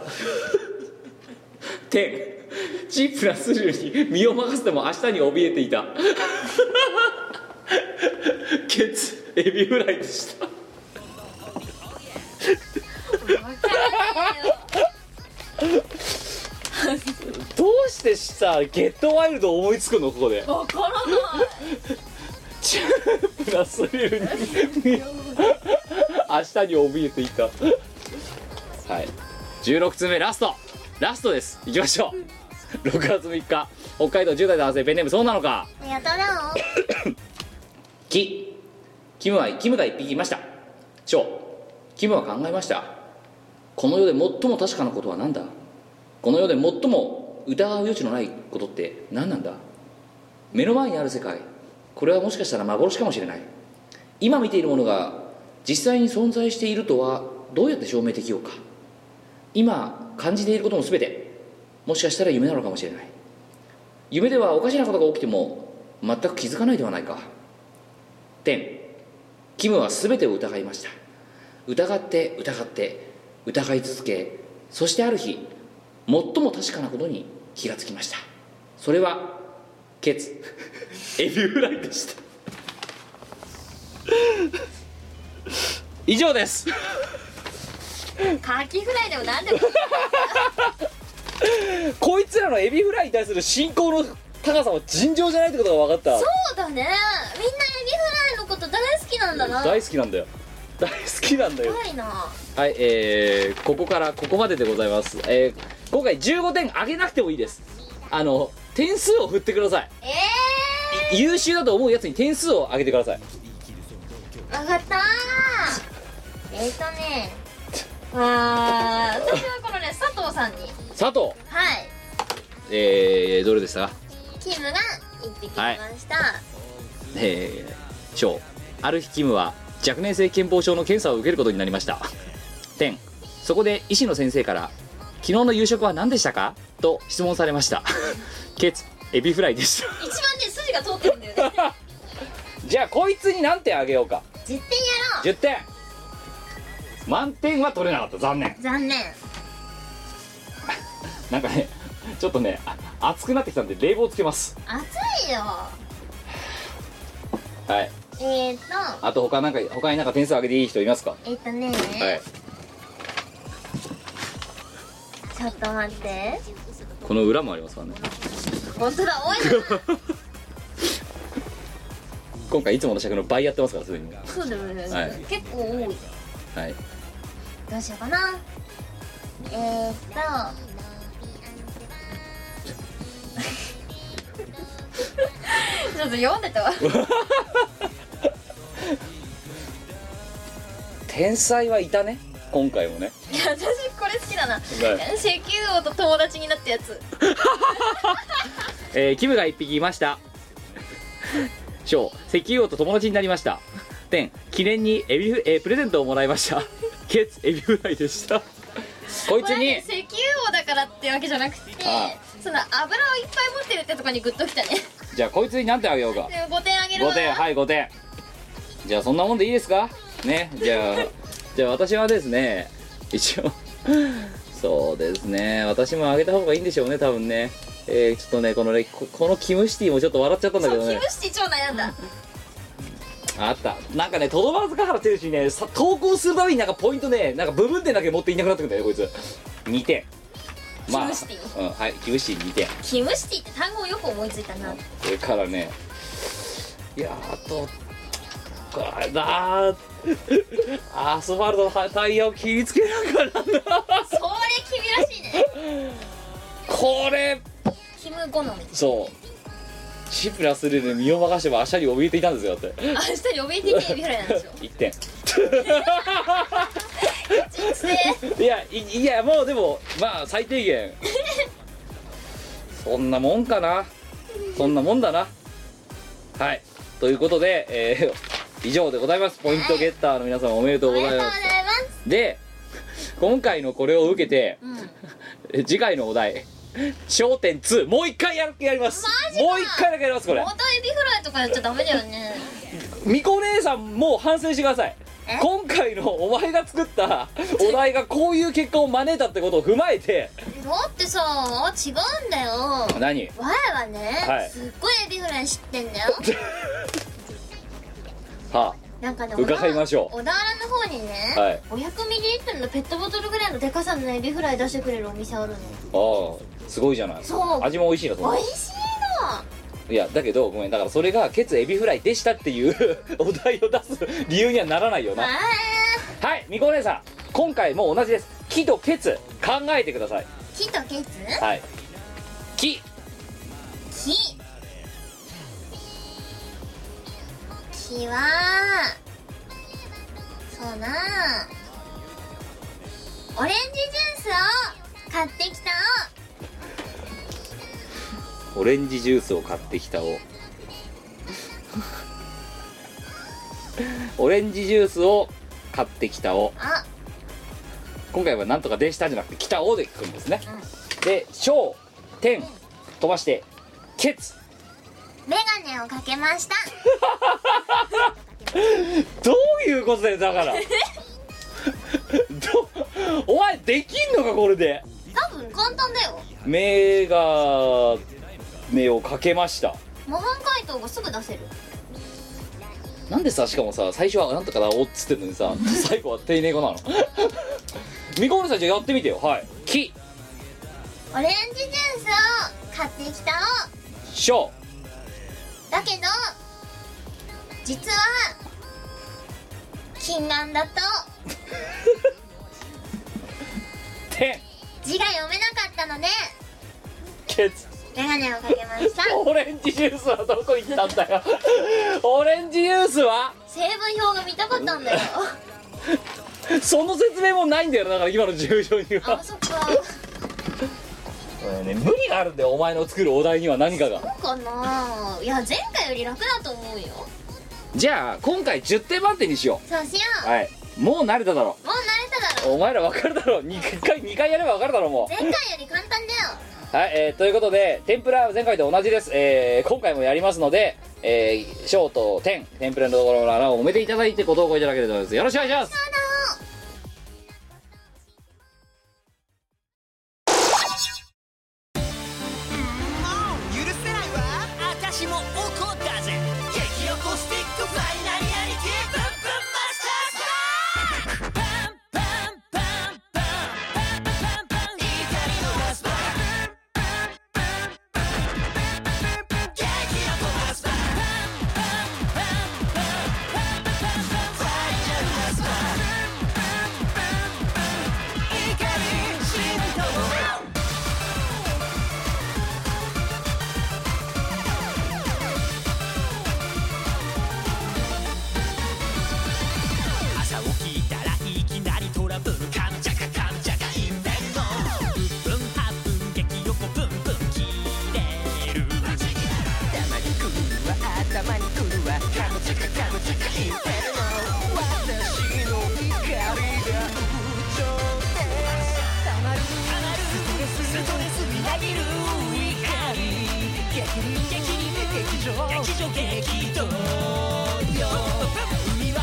天チープなスリルに身を任せても明日に怯えていたケツエビフライでしたどうしてさゲットワイルド思いつくのここで分からないチュープなスリルに明日に怯えていたはい16つ目ラストラストですいきましょう6月3日北海道10代男性ペンネームそうなのかやったなおキキムはキムが1匹いました小キムは考えましたこの世で最も確かなことは何だこの世で最も疑う余地のないことって何なんだ目の前にある世界これはもしかしたら幻かもしれない今見ているものが実際に存在しているとはどうやって証明できようか今感じていることも全てもしかしたら夢なのかもしれない夢ではおかしなことが起きても全く気づかないではないか点キムは全てを疑いました疑って疑って疑い続けそしてある日最も確かなことに気がつきましたそれはケツ エビフライでした以上ですカキフライでもなん でもこいつらのエビフライに対する信仰の高さは尋常じゃないってことが分かったそうだねみんなエビフライのこと大好きなんだな大好きなんだよ大好きなんだよ怖いなはい、えー、ここからここまででございます、えー、今回15点上げなくてもいいですあの点数を振ってくださいええい優秀だと思うやつに点数を上げてくださいー、分かったーえっとねあー私はこのね佐藤さんに佐藤はいえー、どれでしたかキムが一匹いました、えー、賞ある日キムは若年性健忘症の検査を受けることになりました点そこで医師の先生から「昨日の夕食は何でしたか?」と質問されました ケツエビフライでした一番ね筋が通ってるんだよね じゃあこいつに何点あげようか絶対やろう10点満点は取れなかった残念残念なんかねちょっとねあ暑くなってきたんで冷房つけます暑いよはいえっ、ー、とあと他なんか他になんか点数上げていい人いますかはえっ、とね、いちょっと待ってこの裏もありますからね本当だ多いな今回いつもの尺の倍やってますからすでにはそうだよね、はい結構多いいどうしようかなえっ、ー、と ちょっと読んでた わ天才はいたね今回もねいや私これ好きだない石油王と友達になったやつえーキムが1匹いました小石油王と友達になりました点記念にエビフ、えープレゼントをもらいましたケツエビフライでしたこいこつれにね石油王だからってわけじゃなくてああ石その油をいっぱい持ってるってとこにグッときたねじゃあこいつに何点あげようかでも5点あげるわ5点はい5点じゃあそんなもんでいいですかねじゃあ じゃあ私はですね一応 そうですね私もあげた方がいいんでしょうね多分ねえー、ちょっとねこのねここのキムシティもちょっと笑っちゃったんだけどそうキねムシティ超悩んだあったなんかねとどまらずか原てるねさ投稿するたびになんかポイントねなんか部分点だけ持っていなくなってくんだよこいつ2点キムシティうんはいキムシティ2点キムシティって単語をよく思いついたなそれからねいやーあとこれだーアスファルトのタイヤを切りつけながらなそれ君らしいねこれキム好みそうシプラスでね身を任せてもあしゃり怯えていたんですよだって明日にお弁当ビフライなん でしょ1点人生いやいいやもうでもまあ最低限そんなもんかなそんなもんだなはいということで、えー以上でございますポイントゲッターの皆様おめでとうおごめでざとごいうまざいすますで今回のこれを受けてうんえ次回のお題「焦点2」もう一回やるやりますマジかもう一回だけやりますこれ重たいビフライとかやっちゃダメだよねみこ姉さんもう反省してください今回のお前が作ったお題がこういう結果を招いたってことを踏まえてだってさ違うんだよ何わやはね、はいすっごいエビフライ知ってんだよはなんかね伺いましょう小田原の方にね、はい500ミリリットルのペットボトルぐらいのデカさのエビフライ出してくれるお店あるのああすごいじゃないそう味も美味しいなと思美味しいのういやだけどごめんだからそれがケツエビフライでしたっていうお題を出す理由にはならないよなあーはいみこ姉さん今回も同じです木とケツ考えてください木とケツはい木木木はそうなオレンジジュースを買ってきたオレンジジュースを買ってきたを オレンジジュースを買ってきたをあ今回はなんとかでしたじゃなくて北尾で来るんですね、で小天飛ばしてケツメガネをかけましたどういうことだよだからどお前できんのかこれで多分簡単だよ目が目をかけました模範解答がすぐ出せるなんでさしかもさ最初はなんとかだおっつってんの にさ最後は丁寧語なの みこおねさんじゃあやってみてよはい「き」オレンジジュースを買ってきたを「しょだけど実は近眼だと」 「てん字が読めなかったので」 「けつ」メガネをかけましたオレンジジュースはどこ行ったんだよ オレンジジュースは成分表が見たかったんだよその説明もないんだよなだから今の重症に はあそっかうんね無理があるんだよお前の作るお題には何かがそうかないや前回より楽だと思うよじゃあ今回10点満点にしよそうしようはいもう慣れただろうもう慣れただろお前ら分かるだろ2回2回やれば分かるだろも前回より簡単だようはい、えーということで天ぷらは前回と同じです、えー今回もやりますので、えー、ショート10天ぷらのところの穴を埋めていただいてご投稿いただければと思いますよろしくお願いします私も怒ったぜ激横スティックファイナリアリティブンブンマスターズバーンバンバンバンバンバンバンバン怒りのマスバーバンバンバンバンバンバンバンバン激横マスバーバンバンバンバンバンバンバンバンファイナルマスバー劇劇場劇場劇場よ海は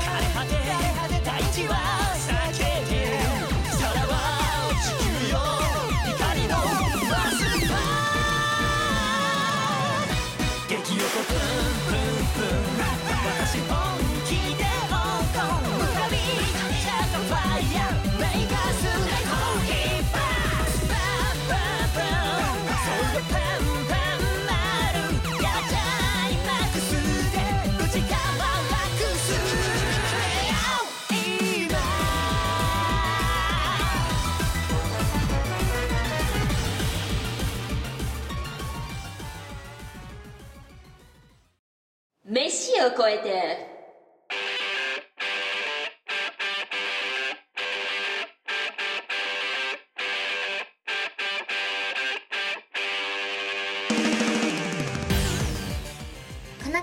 枯れ果て大地は叫びさらば地球よ怒りのマスター激横プンプンプン私本気で怒る旅ジャッファイヤーメイカスライトヒッパーバンバンバンそれパンパン丸やっちゃいマックスで内側ワックス今飯を超えてこのコーナーは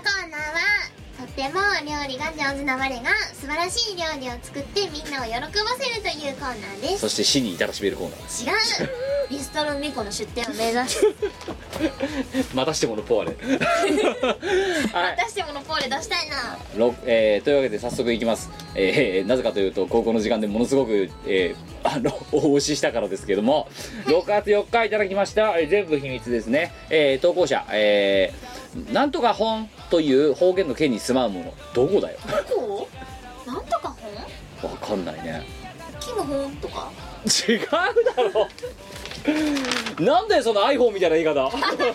とっても料理が上手な我が素晴らしい料理を作ってみんなを喜ばせるというコーナーですそして死に至らしめるコーナーです 違う ビストロミコの出店を目 指すまたしてものポワレ はい出してものポーレ出したいなろえーというわけで早速いきます、えーなぜかというと高校の時間でものすごく、えーあのお押ししたからですけども6月4日いただきました、えー全部秘密ですね、えー投稿者、えーなんとか本という方言の県に住まうものどこだよこうなんとか本わかんないね木の本とか違うだろなんだよその iPhone みたいな言い方なんだよ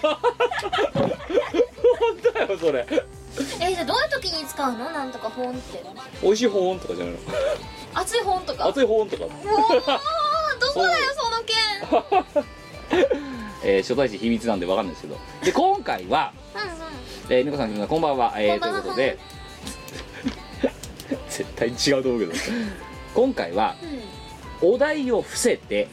それえじゃあどういう時に使うのなんとか本って美味しい本とかじゃないの熱い本とか熱い本とかあどこだよその件えー、初対地秘密なんでわかんないですけどで今回はえー、みこさん、きむさんこんばんは、えー、こんばんはということで絶対違うと思うけど今回は、お題を伏せて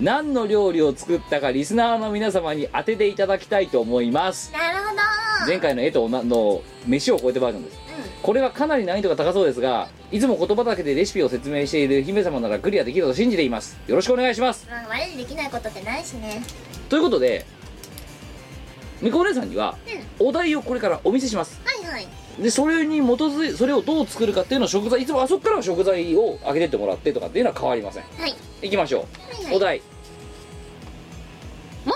何の料理を作ったかリスナーの皆様に当てていただきたいと思いますなるほど前回の絵と女の飯を超えてバージョンです、これはかなり難易度が高そうですがいつも言葉だけでレシピを説明している姫様ならクリアできると信じていますよろしくお願いしますまあ我にできないことってないしねということでみこお姉さんには、お題をこれからお見せしますはいはいでそれに基づいそれをどう作るかっていうのを食材いつもあそこからは食材を上げてってもらってとかっていうのは変わりませんはいいきましょ、はいうはいお題も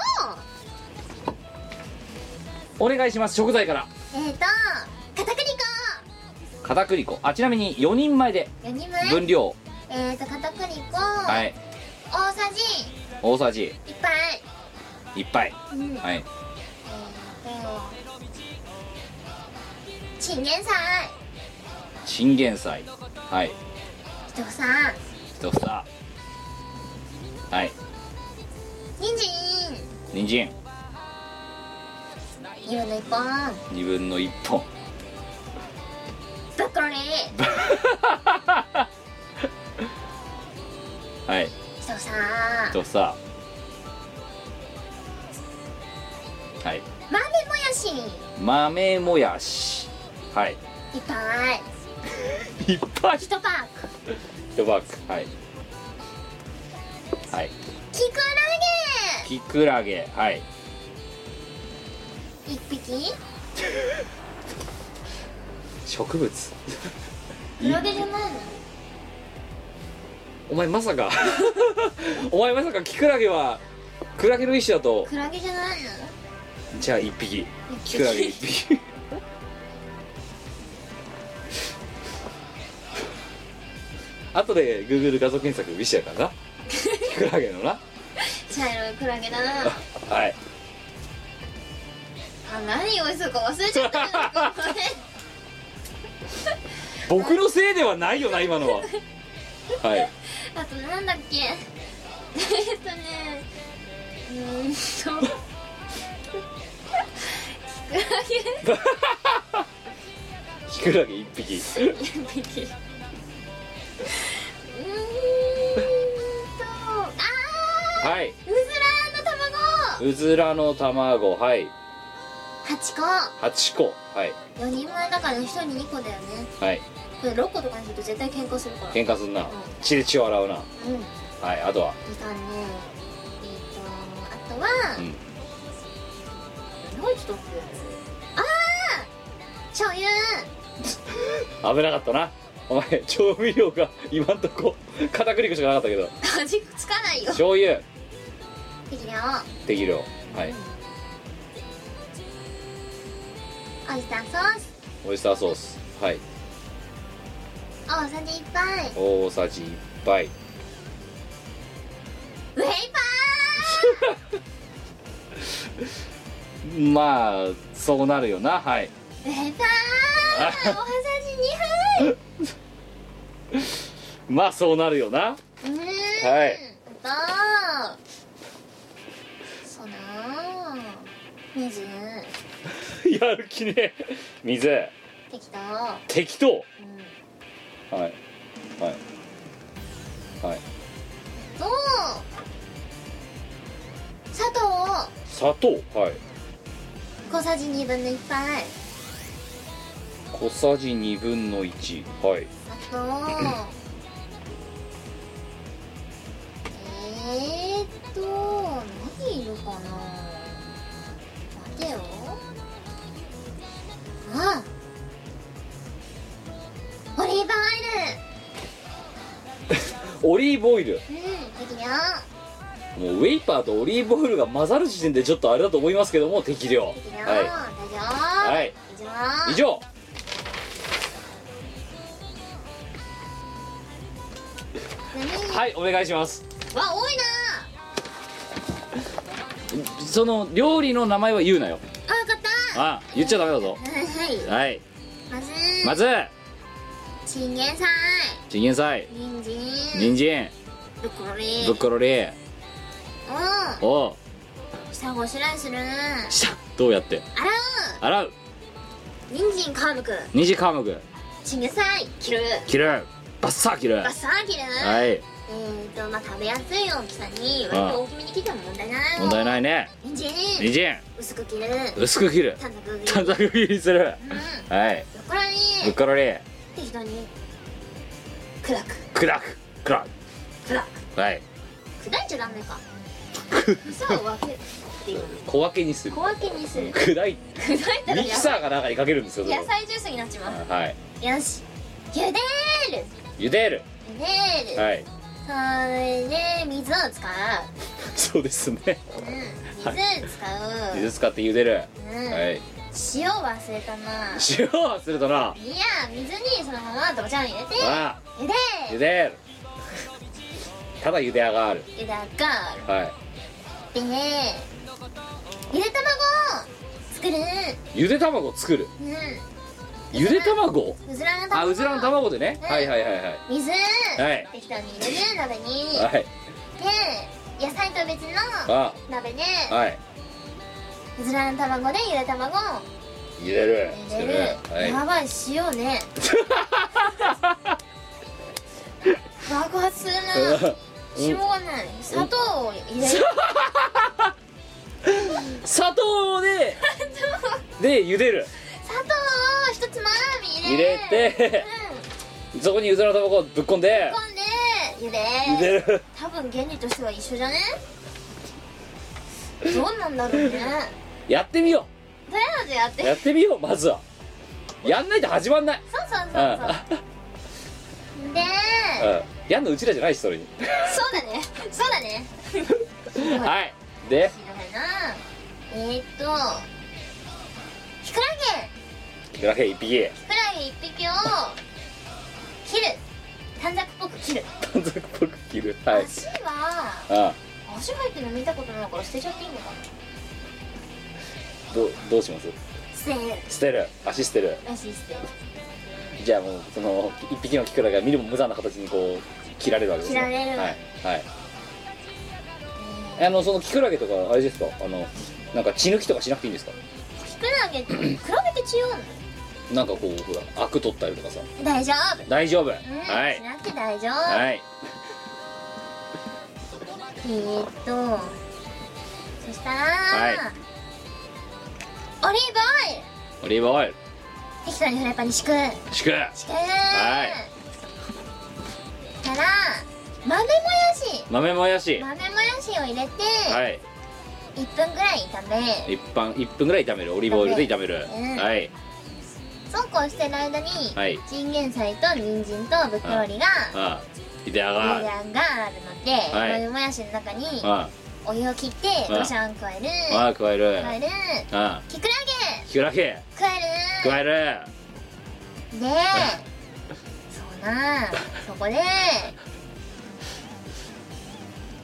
お願いします食材からうえっ、ー、と片栗片栗粉あちなみに4人前で粉4人前分量えっ、ー、と片栗粉、はい大さじ大さじいっぱい1杯うんはいチンゲン菜チンゲン菜はい人さん一房はい人参人参色の一本2分の1本ブロッコリーはい人さん一房はい豆もやし豆もやしはいいっぱいいっぱい一パック一バッグはいはいキクラきくらげはいゲ一匹植物クラゲじゃないのお前まさか お前まさかきくらげはクラゲの一種だとクラゲじゃないのじゃあ一匹きくらげ一匹 後で Google 画像検索ビシやからなきくらげのな茶色いクラゲだなはいあ何用意するか忘れちゃったよこれ僕のせいではないよな今のははいあとなんだっけえっとねうーんとキクラゲきくらげ一匹うーんとあーはいうずらの卵うずらの卵はい8 8個はい個4人前だから1人2個だよねはいこれ6個とかにすると絶対喧嘩するから喧嘩すんな血で血を洗うなうんはいあとはみかんねえっ、とあとは、うん高い人って所有危なかったなお前調味料が今んとこ片栗粉しかなかったけど味つかないよ醤油的な適量はいをオイスターソースオイスターソースはい大さじ一杯大さじ1杯ウェイパまあそうなるよなはいーウェイパー大さじ二杯まあそうなるよな うーんはいとそうなー水やる気ね水適当適当うんはいはいはいと砂糖を砂糖はい小さじ2分の1杯小さじ2分の1はいあとえーっと何いるかな待てよあオリーブオイオリーブオイルルうん適量もうウェイパーとオリーブオイルが混ざる時点でちょっとあれだと思いますけども適量適量は大丈夫い、はい、以上以上何はいお願いしますわ多いなその料理の名前は言うなよあ分かったあ言っちゃダメだぞはいはいはいまずまずチンゲン菜チンゲン菜人参人参ブロッコリブッコロリーーをを下ごしらえする洗シャッどうやって洗うう人参皮むく二次皮むくチンゲン菜切る切るバッサー切るバッサー切るはいえーとまあ食べやすい大きさに割と大きめに切っても問題ない問題ないいね人人参参薄く切る薄く切る短冊切る短冊切りするうんはいブロッコブリーッコロリー適当に砕く砕く砕砕くはいく砕いちゃダメかそう分けっていう小分けにする小分けにする砕い砕いたらミ野キ菜サーが中にかけるんですよそれ野菜ジュースになっちまうはいよし茹でる茹でる茹でる、はいそれで水を使そうですねう、うん、水使う、水使って茹でるうんはい塩忘れたな塩はするとなあいや水にそのままドボちゃん入れてあ茹で茹でる ただ茹で上がる茹であがるはいでゆで卵を作るゆで卵作るうゆで卵んうずらの卵あうずらの卵でねうんはいはいはいはい水、はい適当に入れる鍋にはいで野菜と別のあ鍋ではいうずらの卵でゆで卵を茹でる作入るれる、はい やばい塩ね爆発するなしょうがない砂糖を入れる砂糖でで茹でる砂糖を一つまみ入入れれてそこにうずらの卵をぶっこんでうん、込んで茹で茹でる多分原理としては一緒じゃねどうなんだろうねとりあやってみよえずやってうやってみようまずはやんないと始まんないそうそうそううんそうでうんやんのうちらじゃないしそれにそうだねそうだねはいでひどいなえー、っとひくらげいくらけ一 匹フライ一匹を切る短冊っぽく切る、短冊っぽく切るはい足はあ足入ってるの見たことないから捨てちゃっていいのかなどうどうします捨てる捨てる足捨てるらしい捨てるじゃあもうその一匹のキクラが見るも無残な形にこう切られるわけですね切られるはい、はい、あのそのキクラゲとかあれですかあのなんか血抜きとかしなくていいんですかひくらげって比べて強いなんかこうほらアク取ったりとかさの大丈夫大丈夫、うん、 はしいなくて大丈夫、はいえー、っとそしたら、はいオリーブオイルオリーブオイル適当にフライパンに敷く敷く敷くはいそしたら豆もやし豆もやし豆もやしを入れて、はい1分ぐらい炒め一般1分ぐらい炒めるオリーブオイルで炒める、うんはいそうこうしてる間に、はいチンゲン菜と人参とブッコリーがああいてやが値あ段があるので、はいこのもやしの中にあお湯を切ってうんごしゃん加えるああ加える加えるああきくらひくらけげ加える加えるでそうなそこで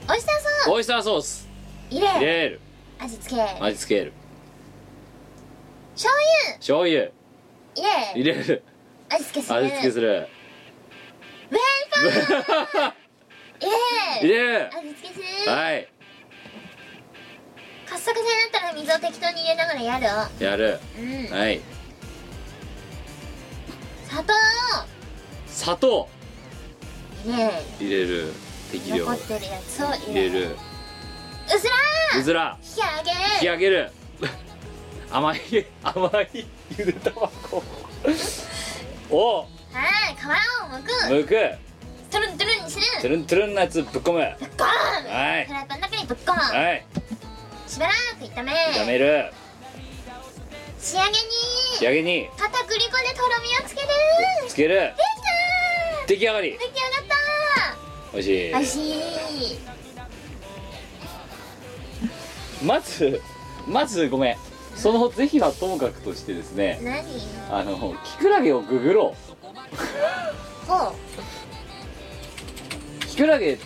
オイスターソースオイスターソース入入れれる味付け味付ける醤醤油油入入れれる味付けする味付けするウェイ パー入入れれる味付けするはいカッサカサになったら水を適当に入れながらやるよやるうんはい砂糖砂糖を入れ入れる適量残ってるやつを入入れれるるうずらーうずら引き上げ引き上げる 甘い甘いゆで卵をはい皮を剥くむくトゥルントゥルンにすトゥるルントゥルンのやつぶっ込むはぶっこーンはいフライパンの中にぶっこーンいしばらく炒め炒める仕上げ仕に上げに片栗粉でとろみをつけるつけるできた出来上がりー出来上がっおいしいたーおいしいまずまずごめんその是非はともかくとしてですね何あのキクラゲをググろこうキクラゲ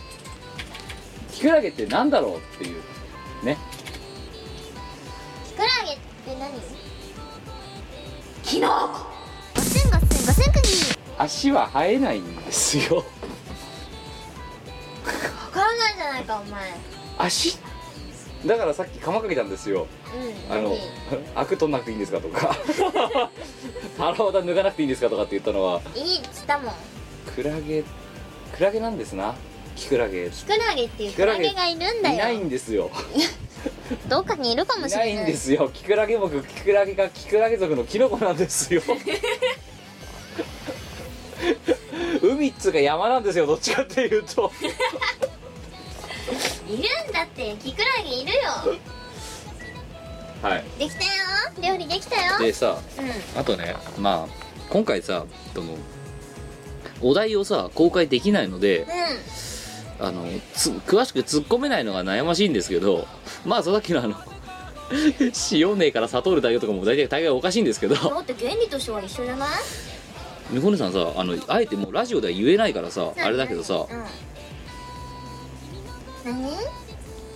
キクラゲってなんだろうっていうねうきくらげって何きのこごすんごすんごすんくに足は生えないんですよわからないじゃないかお前 足だからさっき釜かけたんですようんあの何「悪取んなくていいんですか?」と か「腹肌脱がなくていいんですか?」とかって言ったのはいいっつったもんクラゲクラゲなんですなキクラゲキクラゲっていうクラゲがいるんだよいないんですよどっかにいるかもいしなれいないんですよキクラゲ僕キクラゲがキクラゲ族のキノコなんです よ海っつうか山なんですよどっちかっていうといるんだってキクラゲいるよはいできたよ料理できたよでさうんあとねまあ今回さそのお題をさ公開できないのでうあのつ詳しく突っ込めないのが悩ましいんですけどまあさっきのあの塩ねえから砂糖入れたよとかも大体大概おかしいんですけどんだって原理としては一緒じゃないみほねさんさあのあえてもうラジオでは言えないからさあれだけどさうん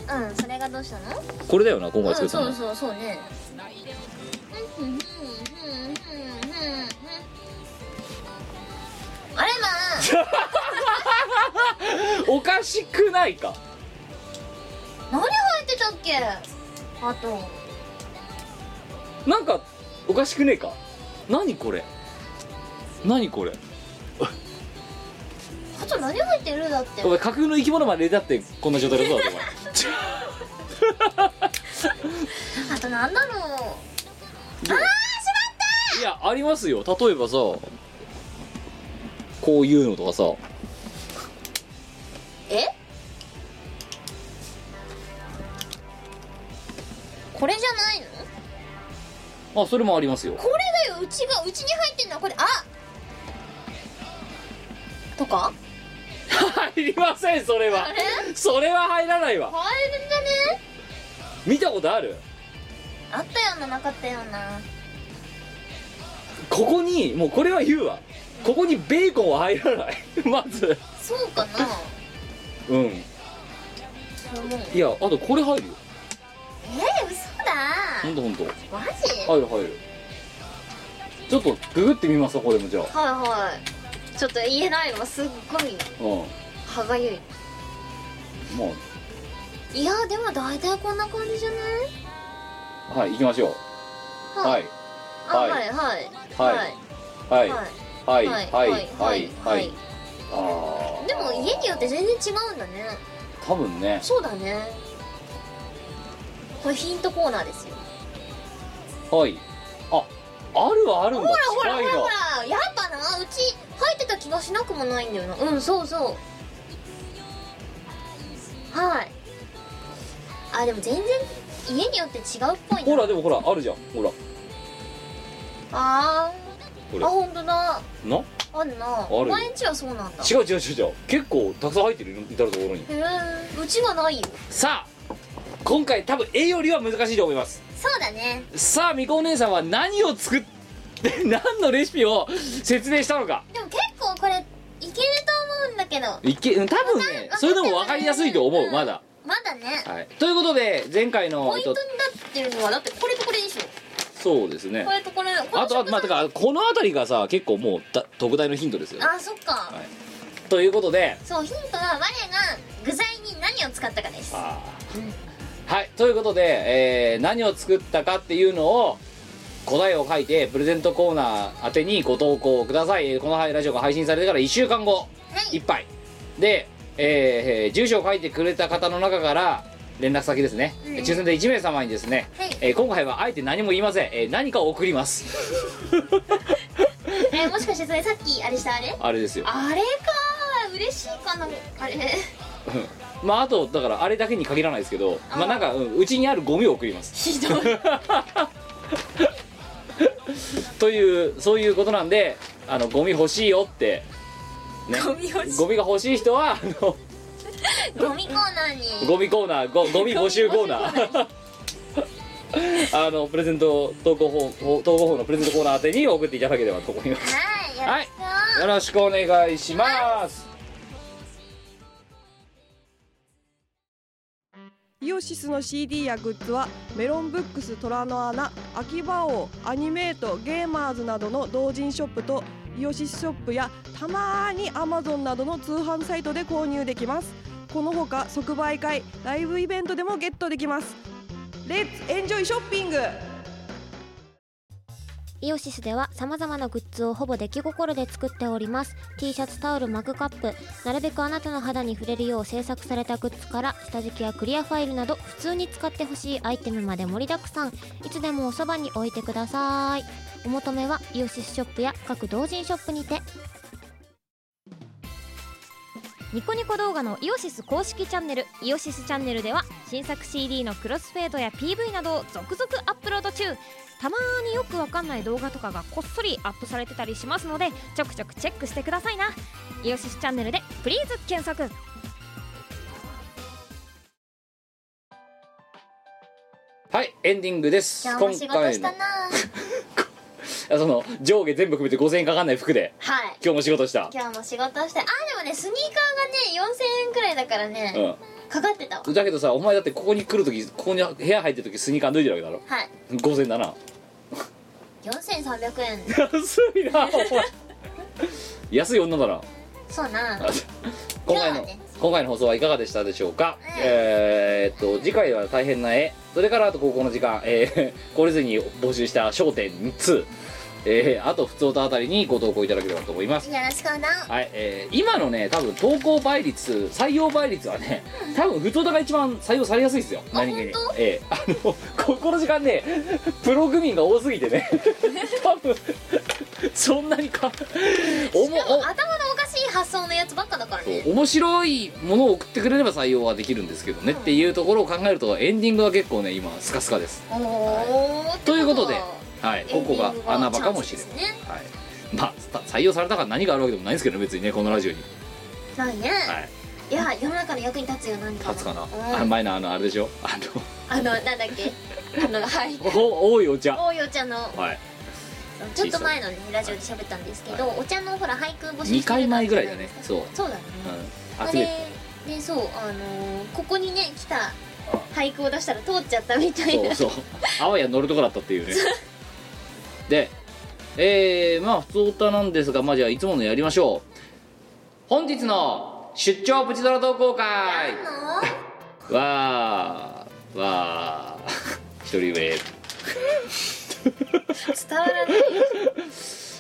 何うんそれがどうしたのこれだよな今う回んそ作うったの、そうそうねうんうんうんうんうんうんあれま おかしくないかあ何入ってたっけあとなんかおかしくねえか何これ何これあと何入ってるだってお前架空の生き物まで入れたってこんな状態で そうだぞあとなんだろうお前いやありますよ例えばさこういうのとかさえこれじゃないのあそれもあります よこれだようちがうちに入ってんのはこれあとか入りませんそれは それは入らないわ入るんじゃね見たことあるあったようななかったようなここにもうこれは言うわここにベーコンは入らない まずそうかなうんそう思ういやあとこれ入るよえー、嘘ほだんとほんとマジ入る入るちょっとググってみますかこれもじゃあはいはいちょっと言えないわすっごいうん歯がゆいまいやでも大体こんな感じじゃないあはい行きましょうはいあははいいはいはいはいはいははいいはいはいはいああでも家によって全然違うんだね多分ねそうだねこれヒントコーナーですよはいああるはあるんだほらほらほ近いらなほらやっぱなうち入ってた気がしなくもないんだよなうんそうそうはいあでも全然家によって違うっぽいほならでもほらあるじゃんほらあこーあ本当だれなあるなるよお前んちはそうなんだ違う違う違う違う結構たくさん入ってるよ至る所にへえうちがないよさあ今回多分絵よりは難しいと思いますそうだねさあみこお姉さんは何を作って何のレシピを説明したのかでも結構これいけると思うんだけどいけうん多分ねそれでも分かりやすいと思うまだ、まだねはい、ということで前回のポイントになってるのはだってこれとこれでしょそうですねこれとこれこのあとはまあだからこの辺りがさ結構もうだ特大のヒントですよあそっかはいということでそうヒントは我が具材に何を使ったかですはあーはいということで、えー何を作ったかっていうのを答えを書いてプレゼントコーナー宛てにご投稿くださいえーこのラジオが配信されてから1週間後いいっぱいで、えーえー住所を書いてくれた方の中から連絡先ですね、うん抽選で1名様にですね、はいえー今回はあえて何も言いません、えー何かを送ります えもしかしてそれさっきあれしたあれあれですよあれか嬉しいかなあれまああとだからあれだけに限らないですけどまあなんかうんうち、にあるゴミを送りますひどい というそういうことなんであのゴミ欲しいよって、ね、ゴミ欲しいゴミが欲しい人はあのゴミコーナーにゴミコーナーゴゴミ募集コー ナーあのプレゼント投稿法投稿法のプレゼントコーナー宛てに送っていただければと思いますはいやはいよろしくお願いしますイオシスの CD やグッズはメロンブックス虎の穴秋葉王アニメートゲーマーズなどの同人ショップとイオシスショップやたまーにアマゾンなどの通販サイトで購入できますこのほか即売会ライブイベントでもゲットできますレッツエンジョイショッピングイオシスでは様々なグッズをほぼ出来心で作っております T シャツタオルマグカップなるべくあなたの肌に触れるよう制作されたグッズから下敷きやクリアファイルなど普通に使ってほしいアイテムまで盛りだくさんいつでもおそばに置いてくださいお求めはイオシスショップや各同人ショップにてニコニコ動画のイオシス公式チャンネル「イオシスチャンネル」では新作 CD のクロスフェードや PV などを続々アップロード中たまによくわかんない動画とかがこっそりアップされてたりしますのでちょくちょくチェックしてくださいなイオシスチャンネルで「プリーズ検索はいエンディングです今日も今仕事回しのたあなその上下全部含めて5000円かかんない服ではい今日も仕事した今日も仕事してあでもねスニーカーがね4000円くらいだからね、かかってたわうんだけどさお前だってここに来るときここに部屋入ってるときスニーカー脱いでるわけだろはい5000だな4300円安い なお前安い女 だなそうなあ今回の、今日はね今回の放送はいかがでしたでしょうか、うんえーっと次回は大変な絵それからあと高校の時間えー、 懲りずに募集した『焦点2』えー、あと普通とあたりにご投稿いただければと思いますよろしくなはい、えー今のね多分投稿倍率採用倍率はね多分不当だが一番採用されやすいですよ何気に本当ええあのここの時間ねプログミンが多すぎてね多分そんなにかおもお頭のおかしい発想のやつばっかだからねそう面白いものを送ってくれれば採用はできるんですけどね、っていうところを考えるとエンディングは結構ね今スカスカですおおーということでっては、はい、エこンデこィがングは穴場かもしれチなャンい、スですねはい、まあた採用されたから何があるわけでもないんですけどね別にねこのラジオにないね、はいい、や世の中の役に立つよなんか立つかな、うんあの前のあのあれでしょああののなんだっけあの はいお多いお茶大よちゃんのはいちょっと前のねラジオで喋ったんですけど、お茶のほら俳句募集してる2回前ぐらいだねそう、うん、そうだね、あ集めれでそうあのーここにね来た俳句を出したら通っちゃったみたいなてそう そうあわや乗るとこだったっていうねでえー、まあ普通歌なんですがまあじゃあいつものやりましょう本日の出張プチドラ同好 会あのわーわー 一人上伝わらない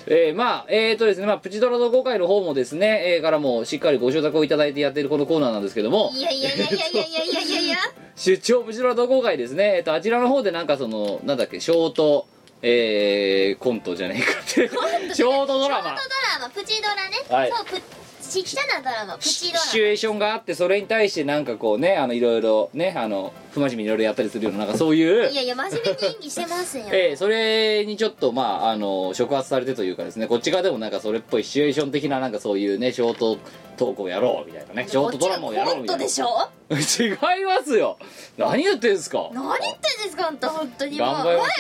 えー、まあえー、とですね、まあ、プチドラ同好会の方もですね、えー、からもしっかりご承諾をいただいてやっているこのコーナーなんですけどもいやいやいやいやいやいやいやいやい や出張プチドラ同好会ですね、えっと、あちらの方でなんかそのなんだっけショート、えー、コントじゃないかってショートドラマショートドラマプチドラね、はいそうプちっちゃなドラマプチシドラチュエーションがあってそれに対してなんかこうねあのいろいろねあの不真面目にいろいろやったりするようななんかそういうマいやいや真面目に演技してますよええそれにちょっとまああの触発されてというかですねこっち側でもなんかそれっぽいシチュエーション的ななんかそういうねショート投稿やろうみたいなねショートドラマをやろうみたいなこっちがコント 違いますよ何言ってんすかでしょ何言ってんですかあんた本当にもう頑前を張り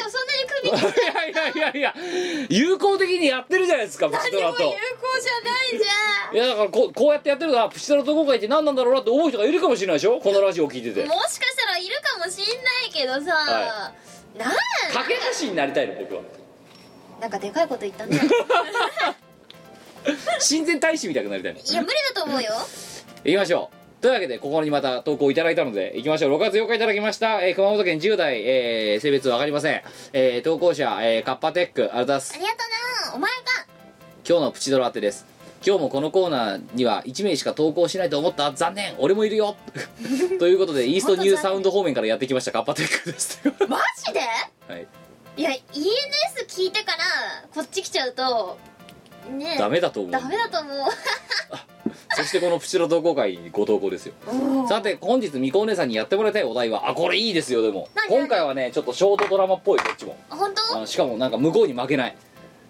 そんなまにす首いにしてやいやいやいや有効的にやってるじゃないですかプチド何もラ有効とじゃないじゃんいやだからこうこうやってやってるからプチドラと今回って何なんだろうなって思う人がいるかもしれないでしょこのラジオを聞いててもしかしたらいるかもしんないけどさ、はなん駆け橋になりたいの僕はなんかでかいこと言ったね親善大使みたいになりたいのいや無理だと思うよ行きましょうというわけでここにまた投稿いただいたので行きましょう6月8日いただきました、えー熊本県10代、えー性別わかりません、えー投稿者、えーカッパテックありがとうございますありがとうなお前今日のプチドラ当てです今日もこのコーナーには1名しか投稿しないと思った残念俺もいるよ ということでイーストニューサウンド方面からやってきましたカッパテックです がマジではいいや ENS 聞いてからこっち来ちゃうとねえダメだと思うダメだと思うそしてこのプチドラ投稿会にご投稿ですよさて本日みこお姉さんにやってもらいたいお題はあこれいいですよでも何何今回はねちょっとショートドラマっぽいこっちもあ 本当あのしかもなんか向こうに負けない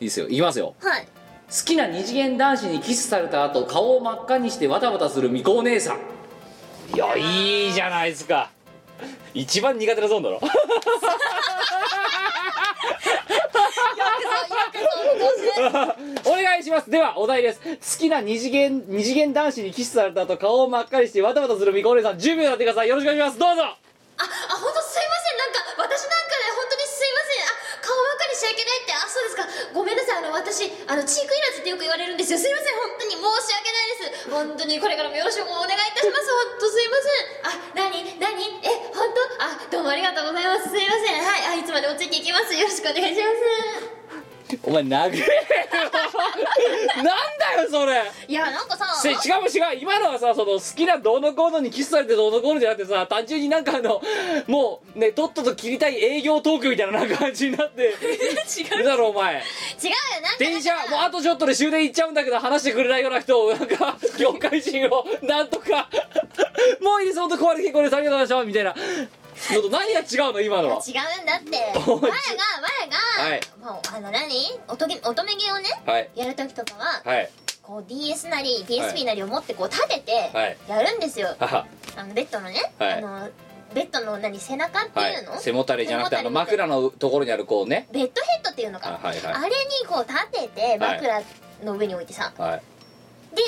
いいですよいきますよはい好きな二次元男子にキスされた後顔を真っ赤にしてわたわたするみこお姉さんいやいいじゃないですか一番苦手なゾーンだろ お願いしますではお題です好きな二次元二次元男子にキスされた後顔を真っ赤にしてわたわたするみこお姉さん10秒やってくださいよろしくお願いしますどうぞああ本当すいませんなんか私なんかね本当にすいませんあ顔ばっかりしちゃいけないってあそうですかごめんなさいあの私あのチークいらずってよく言われるんですよすいません本当に申し訳ないです本当にこれからもよろしくお願いいたします本当すいませんあ何何え本当あどうもありがとうございますすいませんはいあいつまでもついていきますよろしくお願いしますお前殴れよ なんだよそれいやなんかさせしかも違う今のはさその好きなどうのこうのにキスされてどうのこうのじゃなくてさ単純になんかあのもうねとっとと切りたい営業トークみたいななんか感じになって違うだろお前違うよなんか電車もうあとちょっとで終電行っちゃうんだけど話してくれないような人をなんか業界人をなんとかもういいですほんと壊れて結構ですありがとうございましたみたいなのと何が違うの今のは違うんだって お我が我が、はいもうあの何おとぎ乙女芸をねはいやるときとかは、はいこう DS なり PSP なりを持ってこう立ててはいやるんですよ、ははあのベッドのね、はいあのベッドの何背中ってはいういの、背もたれじゃなくてあの背もたれ枕のところにあるこうねベッドヘッドっていうのかあはいはいあれにこう立てて枕の上に置いてさ、はい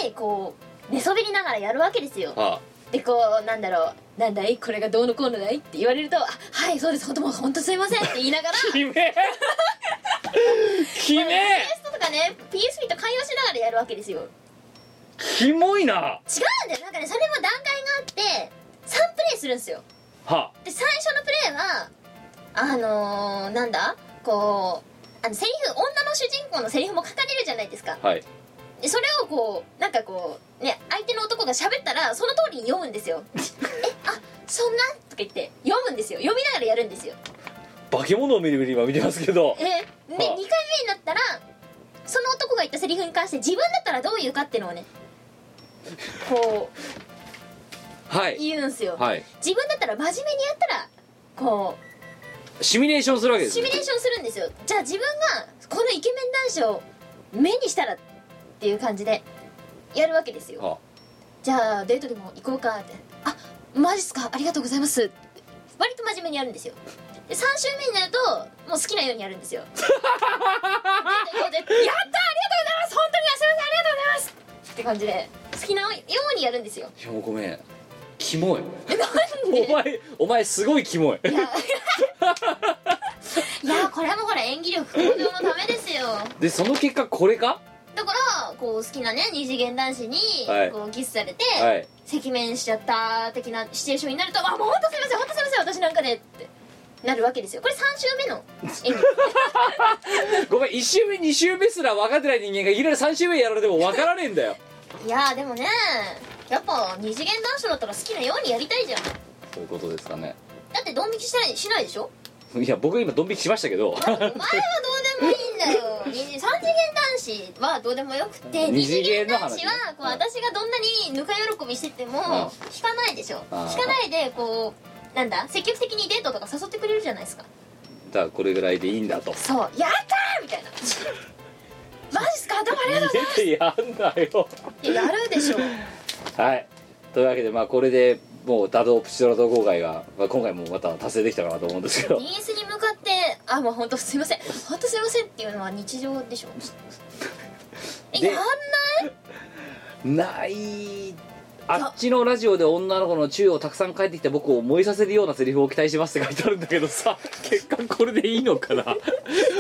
でこう寝そべりながらやるわけですよはでこうなんだろうなんだいこれがどうのこうのだいって言われると「あはいそうです本当もう本当すいません」って言い ながらあ決め決め PS とかね PSP と会話しながらやるわけですよキモいな違うんだよなんかねそれも段階があって3プレイするんですよはで最初のプレイはあのー、なんだこうあのセリフ女の主人公のセリフも書かれるじゃないですかはいでそれをこうなんかこうね相手の男が喋ったらその通りに読むんですよ えあそんなとか言って読むんですよ読みながらやるんですよ化け物を見る見る今見てますけどえで2回目になったらその男が言ったセリフに関して自分だったらどう言うかっていうのをねこうはい言うんですよ、はい自分だったら真面目にやったらこうシミュレーションするわけですシミねュレーションするんですよじゃあ自分がこのイケメン男子を目にしたらっていう感じでやるわけですよはじゃあデートでも行こうかってあマジっすかありがとうございますって割と真面目にやるんですよで3週目になるともう好きなように やるんですよデート行こうぜやったありがとうございます本当にすいませんありがとうございますって感じで好きなようにやるんですよいやもうごめんキモいお前お前すごいキモいいやーこれもほら演技力向上のためですよでその結果これかだからこう好きなね二次元男子にはいこうキスされて、はい赤面しちゃった的なシチュエーションになると「あもうほんとすいませんほんとすいません私なんかで」ってなるわけですよこれ3週目の演技ごめん1周目2周目すら分かってない人間がいきなり3周目やられても分からねえんだよいやーでもねやっぱ二次元男子だったら好きなようにやりたいじゃんだそういうことですかね ってドン引きしないしないでしょいや僕今ドン引きしましたけどお前はどうでもいいんだよ二次三次元男子はどうでもよくて二二次次元元の男話子はこう私がどんなにぬか喜びしてても引かないでしょあー引かないでこうなんだ積極的にデートとか誘ってくれるじゃないですかだからこれぐらいでいいんだ とそう「やったー!」み たいな「マジっすか頭ありがとうございま逃げてやんなよす!」ってやるでしょはいというわけでまあこれでもうダドプチドラ同好会が、まあ、今回もまた達成できたかなと思うんですけどニースに向かって「あもう本当すいません本当すいません」っていうのは日常でしょえ でやんないないあっちのラジオで女の子の宙をたくさん帰ってきて僕を思いさせるようなセリフを期待しますって書いてあるんだけど さ結果これでいいのかな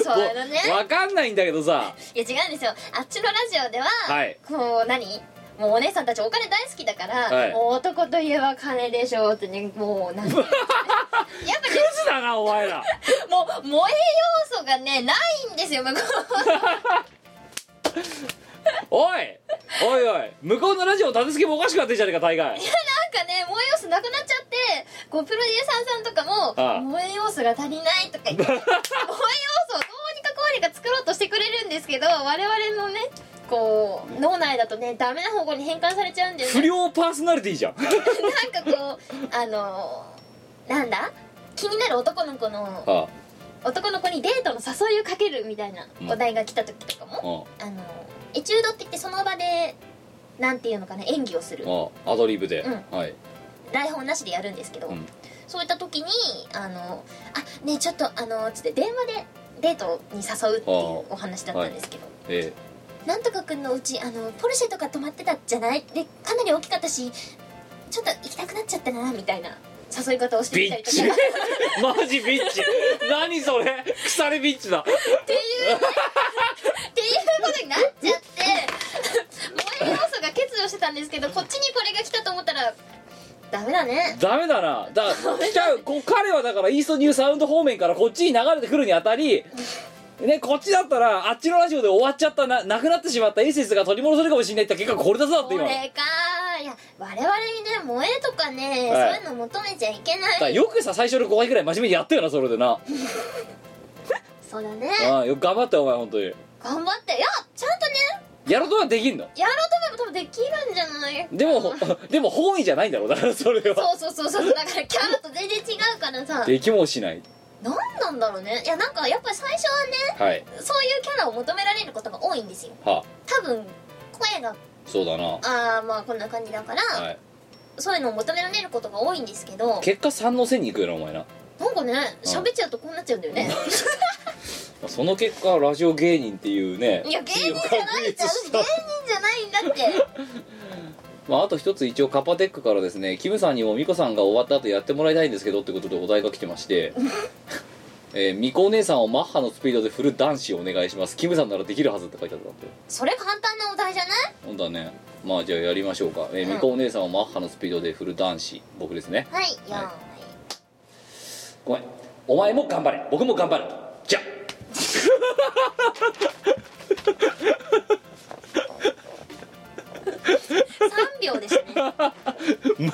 そうだねわかんないんだけどさいや違うんですよあっちのラジオでは、はいこう何もうお姉さんたちお金大好きだから、はいもう男といえば金でしょうってねもう何 やっぱねクズだなお前らもう萌え要素がねないんですよ向こうおいおいおい向こうのラジオ立てつけもおかしくなってんじゃねえか大概なんかね萌え要素なくなっちゃってこうプロデューサーさんとかもああ萌え要素が足りないとか 言って萌え要素をどうにかこうにか作ろうとしてくれるんですけど我々のねこう脳内だとねダメな方向に変換されちゃうんだよね不良パーソナリティじゃんなんかこうあのなんだ気になる男の子のあ男の子にデートの誘いをかけるみたいなうんお題が来た時とかも、ああのエチュードって言ってその場でなんていうのかな演技をするああアドリブで、うはい台本なしでやるんですけど、うんそういった時に「あのあねえちょっとあの」つって電話でデートに誘うっていうお話だったんですけど、えなんとかくんのうちあのポルシェとか泊まってたじゃないでかなり大きかったしちょっと行きたくなっちゃったなみたいな誘い方をしー、てみビたりッとチか マジビッチ何それ腐れビッチだっていうことになっちゃって 萌え要素が欠如してたんですけどこっちにこれが来たと思ったらダメだねダメだなだ来ちゃうこう彼はだからイーストニューサウンド方面からこっちに流れてくるにあたりね、こっちだったらあっちのラジオで終わっちゃったななくなってしまったエッセンスが取り戻せるかもしれないって結果これだぞだっこてれ今かのだいや我々にね萌えとかね、はそいういうの求めちゃいけなからいよくさ最初の5回くらい真面目にやったよなそれでなそうだねうんよく頑張ったよお前本当に頑張っていやちゃんとねやることはできんのやろうと思えば多分できるんじゃないで もでも本意じゃないんだ ろうだからそれはそうそうそうそうだからキャラと全然違うからさできもしない何なんだろうねいやなんかやっぱり最初はねはいそういうキャラを求められることが多いんですよは多分声がそうだなはああまあこんな感じだから、いそういうのを求められることが多いんですけど結果3の線に行くよなお前なまなんかね喋っちゃうとこうなっちゃうんだ よねあその結果ラジオ芸人っていうねいや芸人地じ位ゃをないって確立私し芸た人じゃないんだってまあ、あと一つ一応カパテックからですねキムさんにもミコさんが終わった後やってもらいたいんですけどってことでお題が来てま して「えー、ミコお姉さんをマッハのスピードで振る男子をお願いしますキムさんならできるはず」って書いてあったんでそれ簡単なお題じゃないほんだねまあじゃあやりましょうか、えー、ミコお姉さんをマッハのスピードで振る男子僕ですねはいよーい、はごめんお前も頑張れ僕も頑張るじゃあ3秒でしたね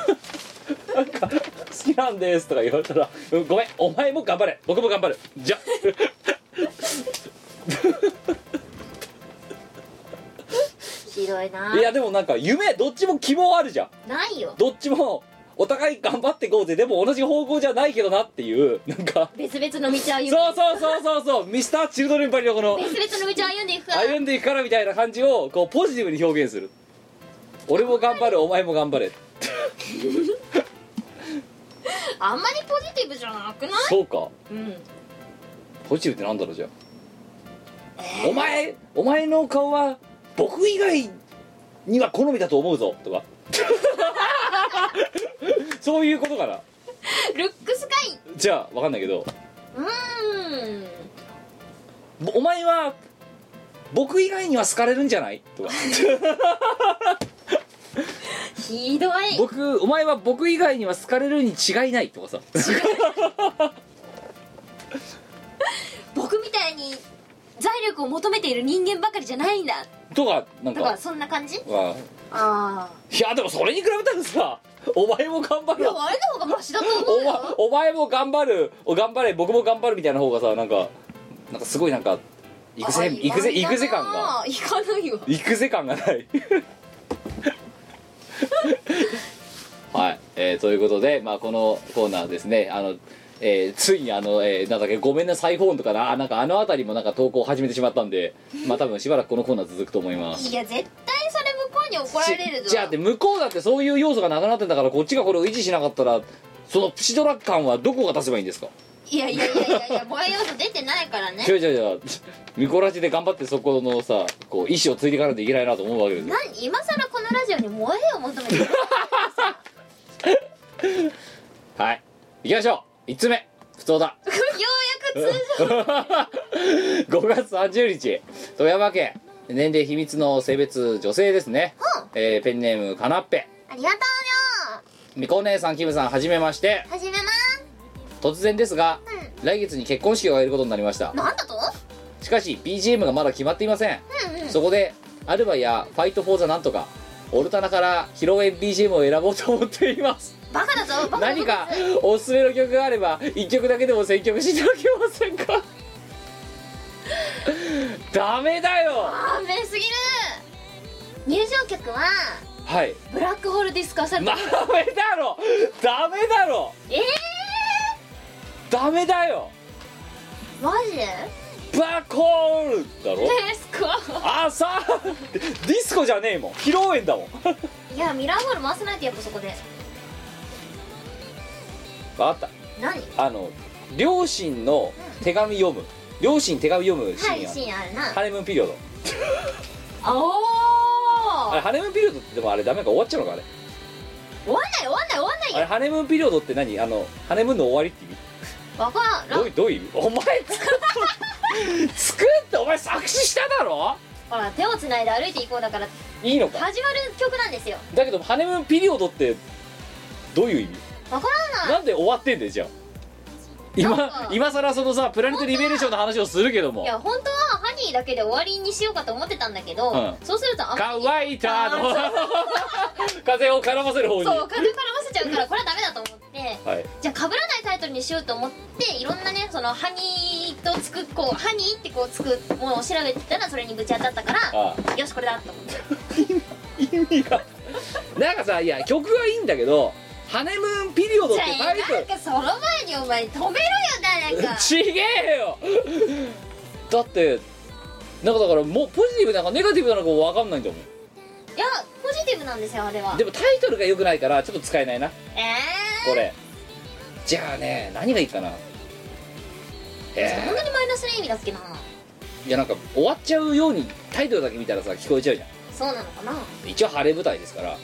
好きなんですとか言われたらうんごめんお前も頑張れ僕も頑張るじゃあひどいないやでもなんか夢どっちも希望あるじゃんないよどっちもお互い頑張っていこうぜでも同じ方向じゃないけどなっていうなんか別々の道を歩むそうそうそうそうそうミスター・チルドレンパリのこの別々の道を歩んでいくから歩んでいくからみたいな感じをこうポジティブに表現する俺も頑張るお前も頑張れあんまりポジティブじゃなくないそうかうんポジティブってなんだろうじゃあお前お前の顔は僕以外には好みだと思うぞとか そういうことかなルックスかいじゃあ分かんないけどうーんぼお前は僕以外には好かれるんじゃないとか ひどい僕お前は僕以外には好かれるに違いないとかさ 僕みたいに財力を求めている人間ばかりじゃないんだとかなんとかかそんな感じまああいやでもそれに比べたらさお前も頑張あでろうもあれの方がマシだと思うおよ前お前も頑張るお頑張れ僕も頑張るみたいな方がさなんかなんかすごいなんか行くぜあ行くぜ意行外くぜだな感が行かないわ行くぜ感がないはい、えーということで、まあ、このコーナーですねあの、えーついにあの、えーなんだっけごめんなさいフォーンとかなあなんかあの辺りもなんか投稿を始めてしまったんでまあ多分しばらくこのコーナー続くと思いますいや絶対それ向こうに怒られるぞじゃあって向こうだってそういう要素がなくなってんだからこっちがこれを維持しなかったらそのプチドラ感はどこが出せばいいんですかいやいやいやいやいや萌え要素出てないからね違う違う違うミコラジで頑張ってそこのさこう意思を継いでいかないといけないなと思うわけですよ何今更このラジオに萌えを求めてるはい行きましょう1つ目不当だようやく通常 5月30日富山県年齢秘密の性別女性ですね、えーペンネームかなっぺありがとみこお姉さんキムさんはじめましてうよ始めます突然ですが、来月に結婚式を挙げることになりましたなんだとしかし BGM がまだ決まっていません、そこでアルバやファイトフォーザなんとかオルタナから披露宴 BGM を選ぼうと思っていますバカだぞバカだぞ何かおすすめの曲があれば1曲だけでも選曲していただけませんか ダメだよダメすぎる入場曲ははいブラックホールディスカされダメだろダメだろええダメだよー、マジでブラックホールだろですかあさディスコじゃねえもん披露宴だもんいやミラーボール回さないとやっぱそこでわかっ何たあの両親の手紙読む両親手紙読むシはーンいや、シーンあるなハネムーンピリオドあああれハネムーンピリオドってでもあれダメか終わっちゃうのかあれ終わんない終わんない終わんないあれハネムーンピリオドって何あのハネムーンの終わりって意味わからんどういうどういう意味お前作った作ってお前作詞しただろほら手をつないで歩いていこうだからいいのか始まる曲なんですよだけどハネムーンピリオドってどういう意味わからないなんで終わってんだよじゃあなん今か今さらそのさプラネットリベレーションの話をするけどもいや本当はハニーだけで終わりにしようかと思ってたんだけど、うんそうするとあ乾いたの 風を絡ませる方にそう軽く絡ませちゃうからこれはダメだと思ってはいじゃあ被らないタイトルにしようと思っていろんなねそのハニーとつくこうハニーってこうつくものを調べてたらそれにぶち当たったからああよしこれだと思って意味がなんかさいや曲はいいんだけど「ハネムーンピリオド」っじてゃタあイトルなんかその前にお前止めろよ誰かちげえよだってなんかだからもうポジティブなんかネガティブなのか分かんないんだもんいやポジティブなんですよあれはでもタイトルが良くないからちょっと使えないなえこれじゃあね何がいいかなー、そえんなにマイナスな意味だっけなーいやなんか終わっちゃうようにタイトルだけ見たらさ聞こえちゃうじゃそうなのかなん一応晴れ舞台ですから、なん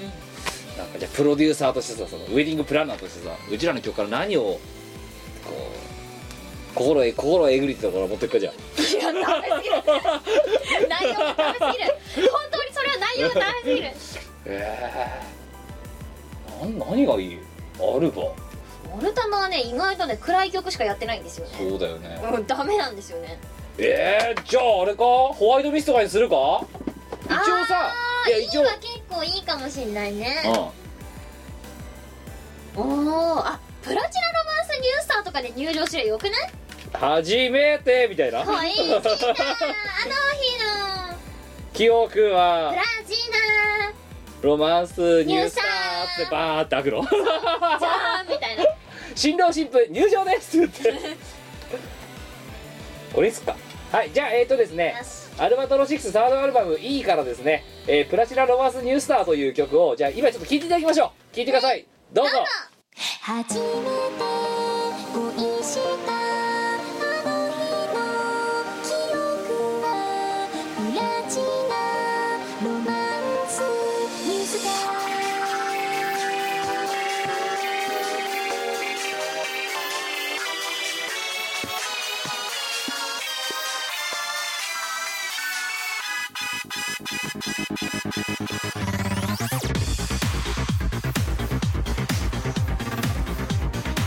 かじゃあプロデューサーとしてさそのウェディングプランナーとしてさうちらの曲から何をこう心え心えぐりってところを持ってくかじゃいやダメすぎる内容がダメすぎる本当にそれは内容がダメすぎるええな何がいいあるばオルタナはね意外とね暗い曲しかやってないんですよねそうだよねうんダメなんですよねええじゃああれかホワイトミスとかにするか一応さあーいや一応いいは結構いいかもしんないねうんおおあプラチナロマンスニュースターとかで入場すればよく ない初めてみたいな恋してたあの日の記憶はプラチナロマンスニュースターってバーって開くのじゃーんみたいな新郎新婦入場ですって言って俺っすかはいじゃあえっ、ー、とですねよしアルバトロ6サードアルバム E からですね、えープラチナロマンスニュースターという曲をじゃあ今ちょっと聴いていただきましょう聴いてくださいどうぞ初めて恋したあの日の記憶はプラチナロマンスニュースタ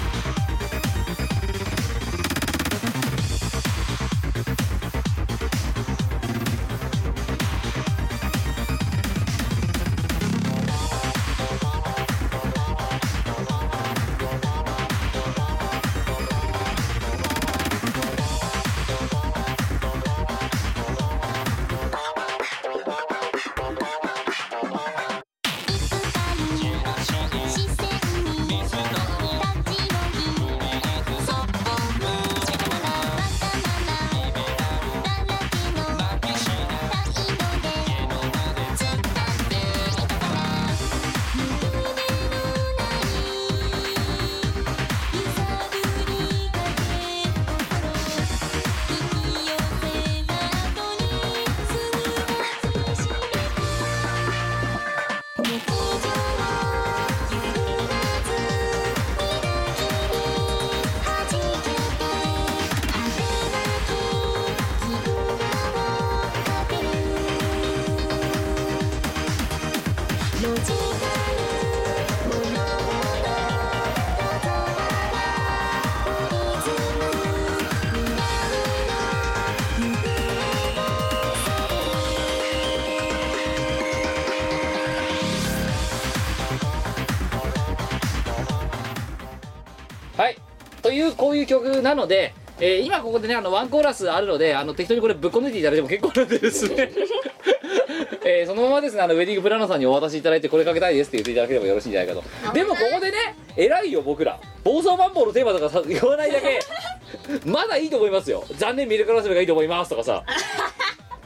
「はいというこういう曲なので、えー今ここでねあのワンコーラスあるのであの適当にこれぶっこ抜いていただいても結構なんでですね、えーそのままですねあのウェディングプランナーさんにお渡しいただいてこれかけたいですって言っていただければよろしいんじゃないかとでもここでね偉いよ僕ら暴走マンボウのテーマとかさ言わないだけまだいいと思いますよ残念ミルクラスメがいいと思いますとかさ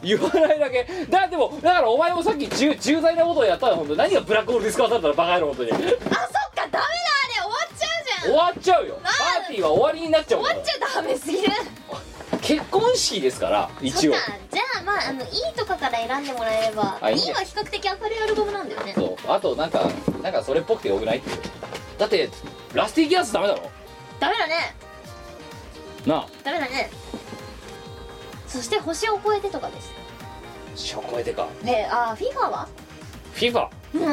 言わないだけだでもだからお前もさっき重重大なことをやったら本当何がブラックホールディスカワされたらバカ野郎本当にあそっかダメだあれ終わっちゃうじゃん終わっちゃうよパーティーは終わりになっちゃうから終わっちゃダメすぎる結婚式ですから一応そっかじゃあまああのいいとかから選んでもらえればあいいいねいは比較的明るいアルバムなんだよねそうあとなんかなんかそれっぽくてよくないっていうだってラスティギアスダメだろダメだねなあダメだねそして星を超えてとかですしょこえてかねえあフィファは FIFA うんウ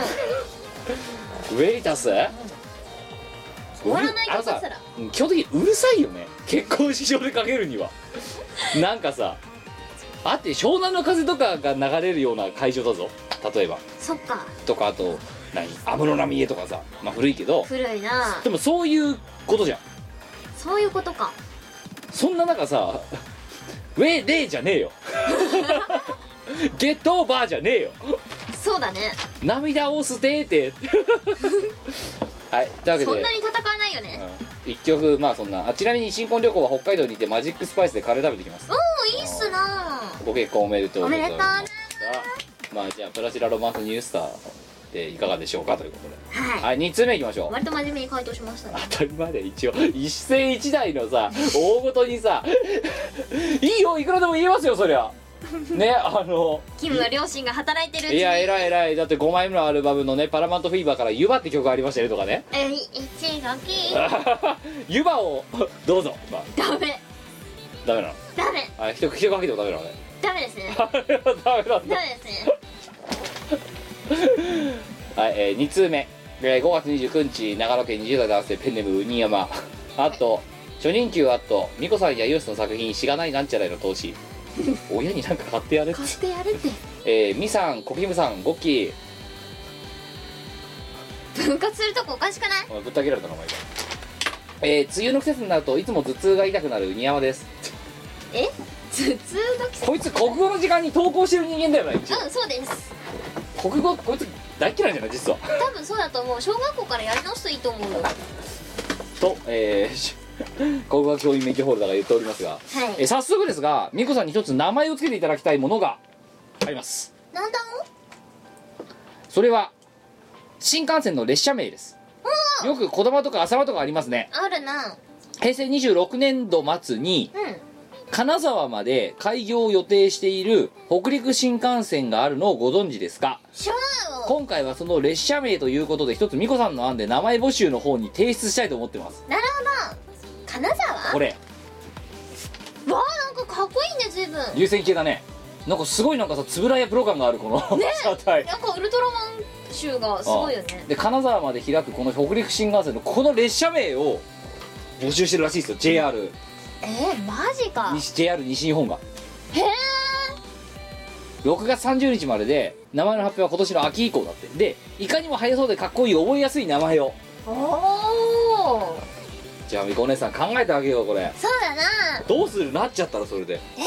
ェリタス終わらないあのことさすらうん基本的にうるさいよね結婚式場でかけるにはなんかさあって湘南の風とかが流れるような会場だぞ例えばそっかとかあと何安室奈美恵とかさまあ古いけど古いなでもそういうことじゃんそういうことかそんな中さ「ウェイレイ」じゃ ねえよゲットオーバーじゃねえよそうだね涙を捨ててはいというわけでそんなに戦わないよねうん一曲まあそんなあちなみに新婚旅行は北海道に行ってマジックスパイスでカレー食べてきますいいっすなご結婚おめでとうおござめいでまとすうなまあじゃあプラチナロマンスニュースターでいかがでしょうかということではいはい2通目いきましょう割と真面目に回答しましたね当たり前で一応一世一代のさ大ごとにさ いいよいくらでも言えますよそりゃねあのキムの両親が働いてるうちいにや偉い偉いだって5枚目のアルバムのね「パラマントフィーバー」から「ユバ」って曲がありましたねとかねえ1位がき「ユバ」を どうぞ、まあ、ダメダメなのダメあ人人かけてもダメなのね ダメですねあれはダメなんダだメですねはい、え2通目、えー5月29日長野県20代男性ペンネームウニヤマあと初任給あとミコさんやユースの作品「しがないなんちゃらへの投資」親になんか買ってやれって買ってやるってえー、ミさんコキムさんゴッキー分割するとこおかしくないお前ぶった切られた名前がえー、梅雨の季節になるといつも頭痛が痛くなるウニヤマです頭痛の季こいつ国語の時間に投稿してる人間だよな一応節うんそう です国語こいつ大嫌いじゃない実は多分そうだと思う小学校からやり直すといいと思うよはとえー し、国語教員免許ホルダーが言っておりますが、えー早速ですが美子さんに一つ名前を付けていただきたいものがありますなんだそれは新幹線の列車名ですよく子供とか浅間とかありますねろあるな平成26年度末にうん金沢まで開業を予定している北陸新幹線があるのをご存知ですか知らないわ今回はその列車名ということで一つ美子さんの案で名前募集の方に提出したいと思ってますなるほど金沢わこれあなんかかっこいいね随分流線形だねなんかすごいなんかさつぶらやプロ感があるこ の車体、なんかウルトラマン集がすごいよねで金沢まで開くこの北陸新幹線のこの列車名を募集してるらしいですよ JR えー、マジか西 JR 西日本がへえ6月30日までで名前の発表は今年の秋以降だってでいかにも早そうでかっこいい覚えやすい名前をおおじゃあみこお姉さん考えてあげようこれそうだなどうするなっちゃったらそれでえー、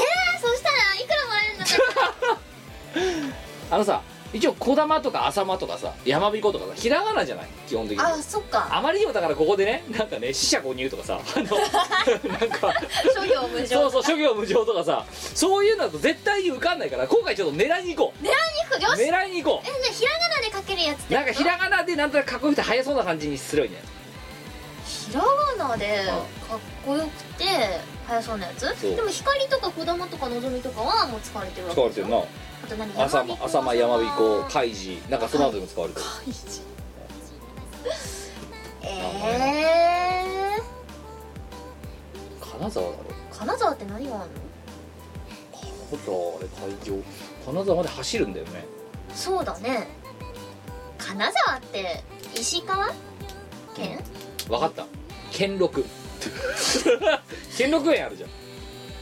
そしたらいくらもらえるんだろうあのさ一応小玉とか浅間とかさ山彦とかさひらがなじゃない基本的にあそっかあまりにもだからここでねなんかね死者購入とかさあ のなんか諸行無常そうそう諸行無常とかさそういうのだと絶対に受かんないから今回ちょっと狙いに行こ肉ようしえじ狙いに行こゃあひらがなで書けるやつうなんかひらがなでなんとなくかっこよくて早そうな感じにするよねひらがなでかっこよくて速そうなやつそうでも光とかこだまとかのぞみとかはもう使われてるわけでしょなあと何浅間浅間山彦か開示なんかその後でも使われてるえ金沢だろー、金沢って何があるの金沢あれ開業金沢まで走るんだよねそうだね金沢って石川県分かった兼六 兼六園あるじゃん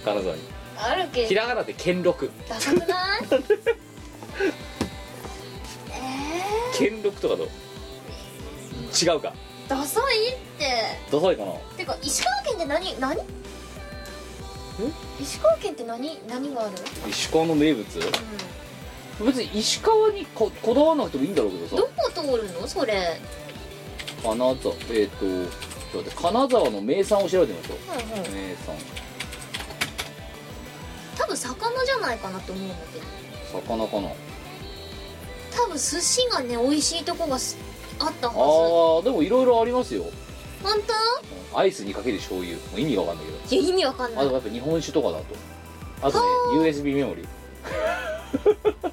金沢にあるけひどらがなで兼六ダサく ないえ兼六とかと違うかダサいってダサいかなてか石川県って何何石川県って何何がある石川の名物別に石川にここだわらなくてもいいんだろうけどどさこ通るのそれ金沢えっ、とちょっと待って金沢の名産を調べてみましょううんうん名産多分魚じゃないかなと思うんだけど魚かな多分寿司がね美味しいとこがすあったあはーでもいろいろありますよず本当アイスにかける醤油もう意味が分かんないけどいや意味わかんなあいとやっぱ日本酒とかだとあとね USB メモリ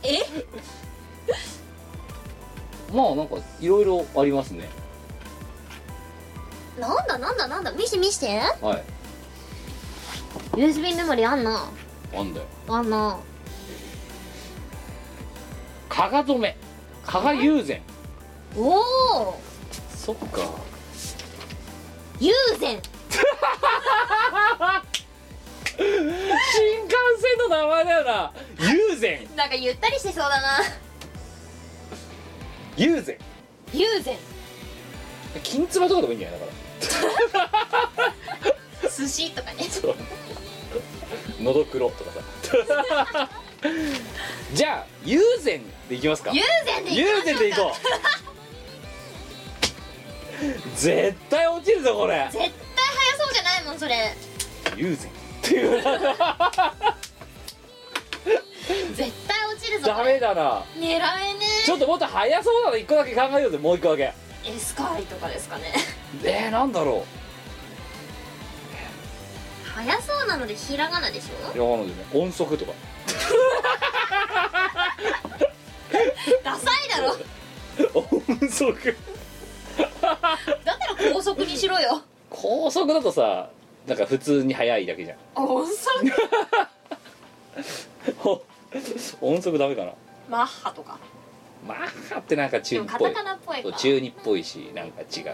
えまあなんかいろいろありますねなんだなんだなんだ見して見してはい USB メモリあんなあんだよあんな加賀染め加賀友禅おおそっか友禅新幹線の名前だよな友禅なんかゆったりしてそうだな友禅友禅金つばとかでもいいんじゃないだか寿司とかねらのどくろとかさ じゃあ友禅でいきますか友禅で友禅でいこう絶対落ちるぞこれ絶対早そうじゃないもんそれ友禅っていう絶対落ちるぞダメだな狙えねちょっともっと早そうなの1個だけ考えようぜもう1個だけエスカイとかですかねえー、なんだろ早そうなのでひらがなでしょういやなのでね音速とかダサいだろ音速だったら高速にしろよ高速だとさなんか普通に速いだけじゃん 音速お音速ダメかなマッハとかマッハってなんかで中も二カっぽタいカナっぽいそうか中二っぽいしなんか違う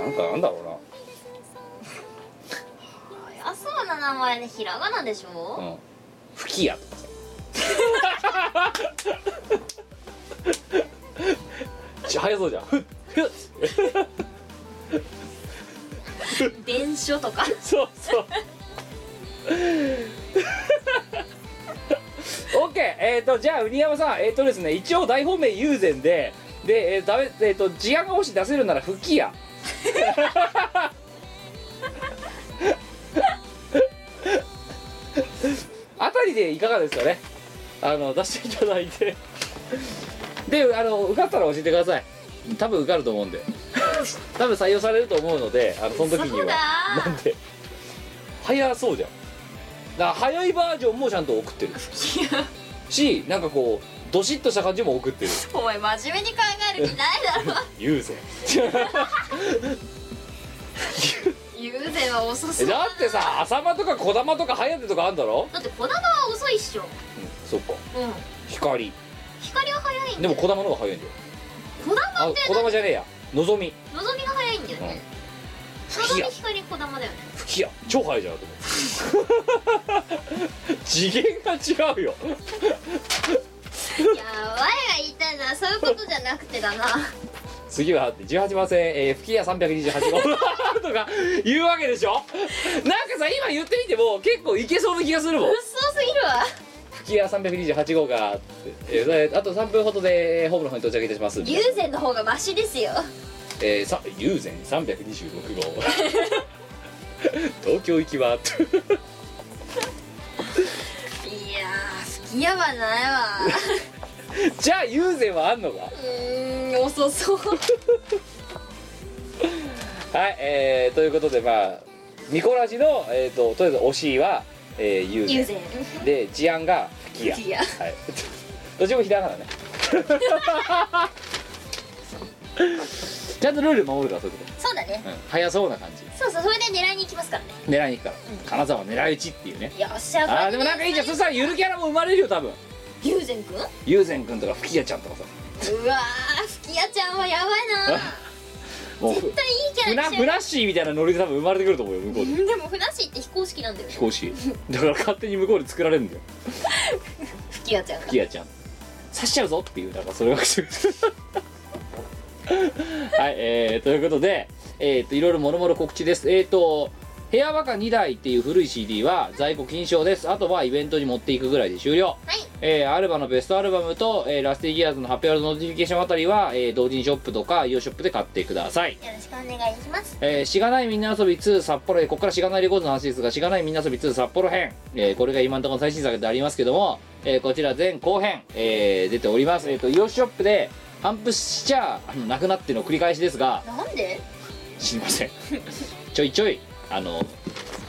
なんかなんだろ早そうな名前でひらがなでしうょなうん吹き矢とか さちょ速そうじゃんふっふっ電書とか そうそうオッケーえっ、ー、とじゃあウニヤマさんえっ、とですね一応大本命友禅ででえー、だめえっ、と事案がもし出せるなら吹き矢 あたりでいかがですかねあの出していただいてであの受かったら教えてください多分受かると思うんで多分採用されると思うのであのその時にそうだはなんで早そうじゃんだから早いバージョンもちゃんと送ってるしなんかこうドシッとした感じも送ってるお前真面目に考える気ない だろ友禅友禅は遅そうだってさ浅間とか児玉とか颯とかあんだろ、だってこだまは遅いっしょそっかうん光光は早いんだでよも児玉の方が早いんだよこだまあって児玉じゃねえやのぞみのぞみが早いんだよねのぞ吹きみ矢光こだまだよね吹き矢超早いじゃんと思う 次元が違うよいやわいが言いたいのはそういうことじゃなくてだ な次は18番線、えー、吹き矢328号 とか言うわけでしょなんかさ今言ってみても結構いけそうな気がするもんそうすぎるわ吹き矢328号がって、えーあと3分ほどでえーホームの方に到着いたします友禅の方がマシですよえー、さ友禅326号 東京行きは いやー吹き矢はないわじゃあ友禅はあんのか うーん遅 そうはいえー、ということでまあミコラジの、えー、ととりあえず推しは、えー、友友禅禅で事案が吹き矢吹き矢はい、 どっちもひらがなねちゃんとルール守るからそういうとこそうだねうん、早そうな感じそうそうそれで狙いに行きますからね狙いに行くから、金沢狙い撃ちっていうねよっしゃこれあーでもなんかいいじゃんそしたらゆるキャラも生まれるよ多分友禅くんうわ友禅くんとか吹き矢ちゃんとかさー吹き矢ちゃんはやばいなもう絶対いいキャフララにフしラッシーみたいなノリで多分生まれてくると思うよ向こうでようでもふなっしーって非公式なんだよね飛行士だから勝手に向こうで作られるんだよ吹き矢ちゃんが吹き矢ちゃん刺しちゃうぞっていうだからそれがそ はい、えー、ということで、えー、といろいろもろもろ告知です。えー、と、部屋バカ2台っていう古い CD は在庫禁止です。あとはイベントに持っていくぐらいで終了。はいえーアルバのベストアルバムと、えーラスティギアーズのハッピーアルドノーティフィケーションあたりは、えー同人ショップとかイオショップで買ってください。よろしくお願いしますえーしがないみんな遊び2札幌へここからしがないレコードの話ですがしがないみんな遊び2札幌編、えーこれが今のところ最新作でありますけども、えーこちら全後編、えー出ておりますえっ、とイオシショップで反復しちゃあのなくなっての繰り返しですがなんで知りませんちょいちょいあの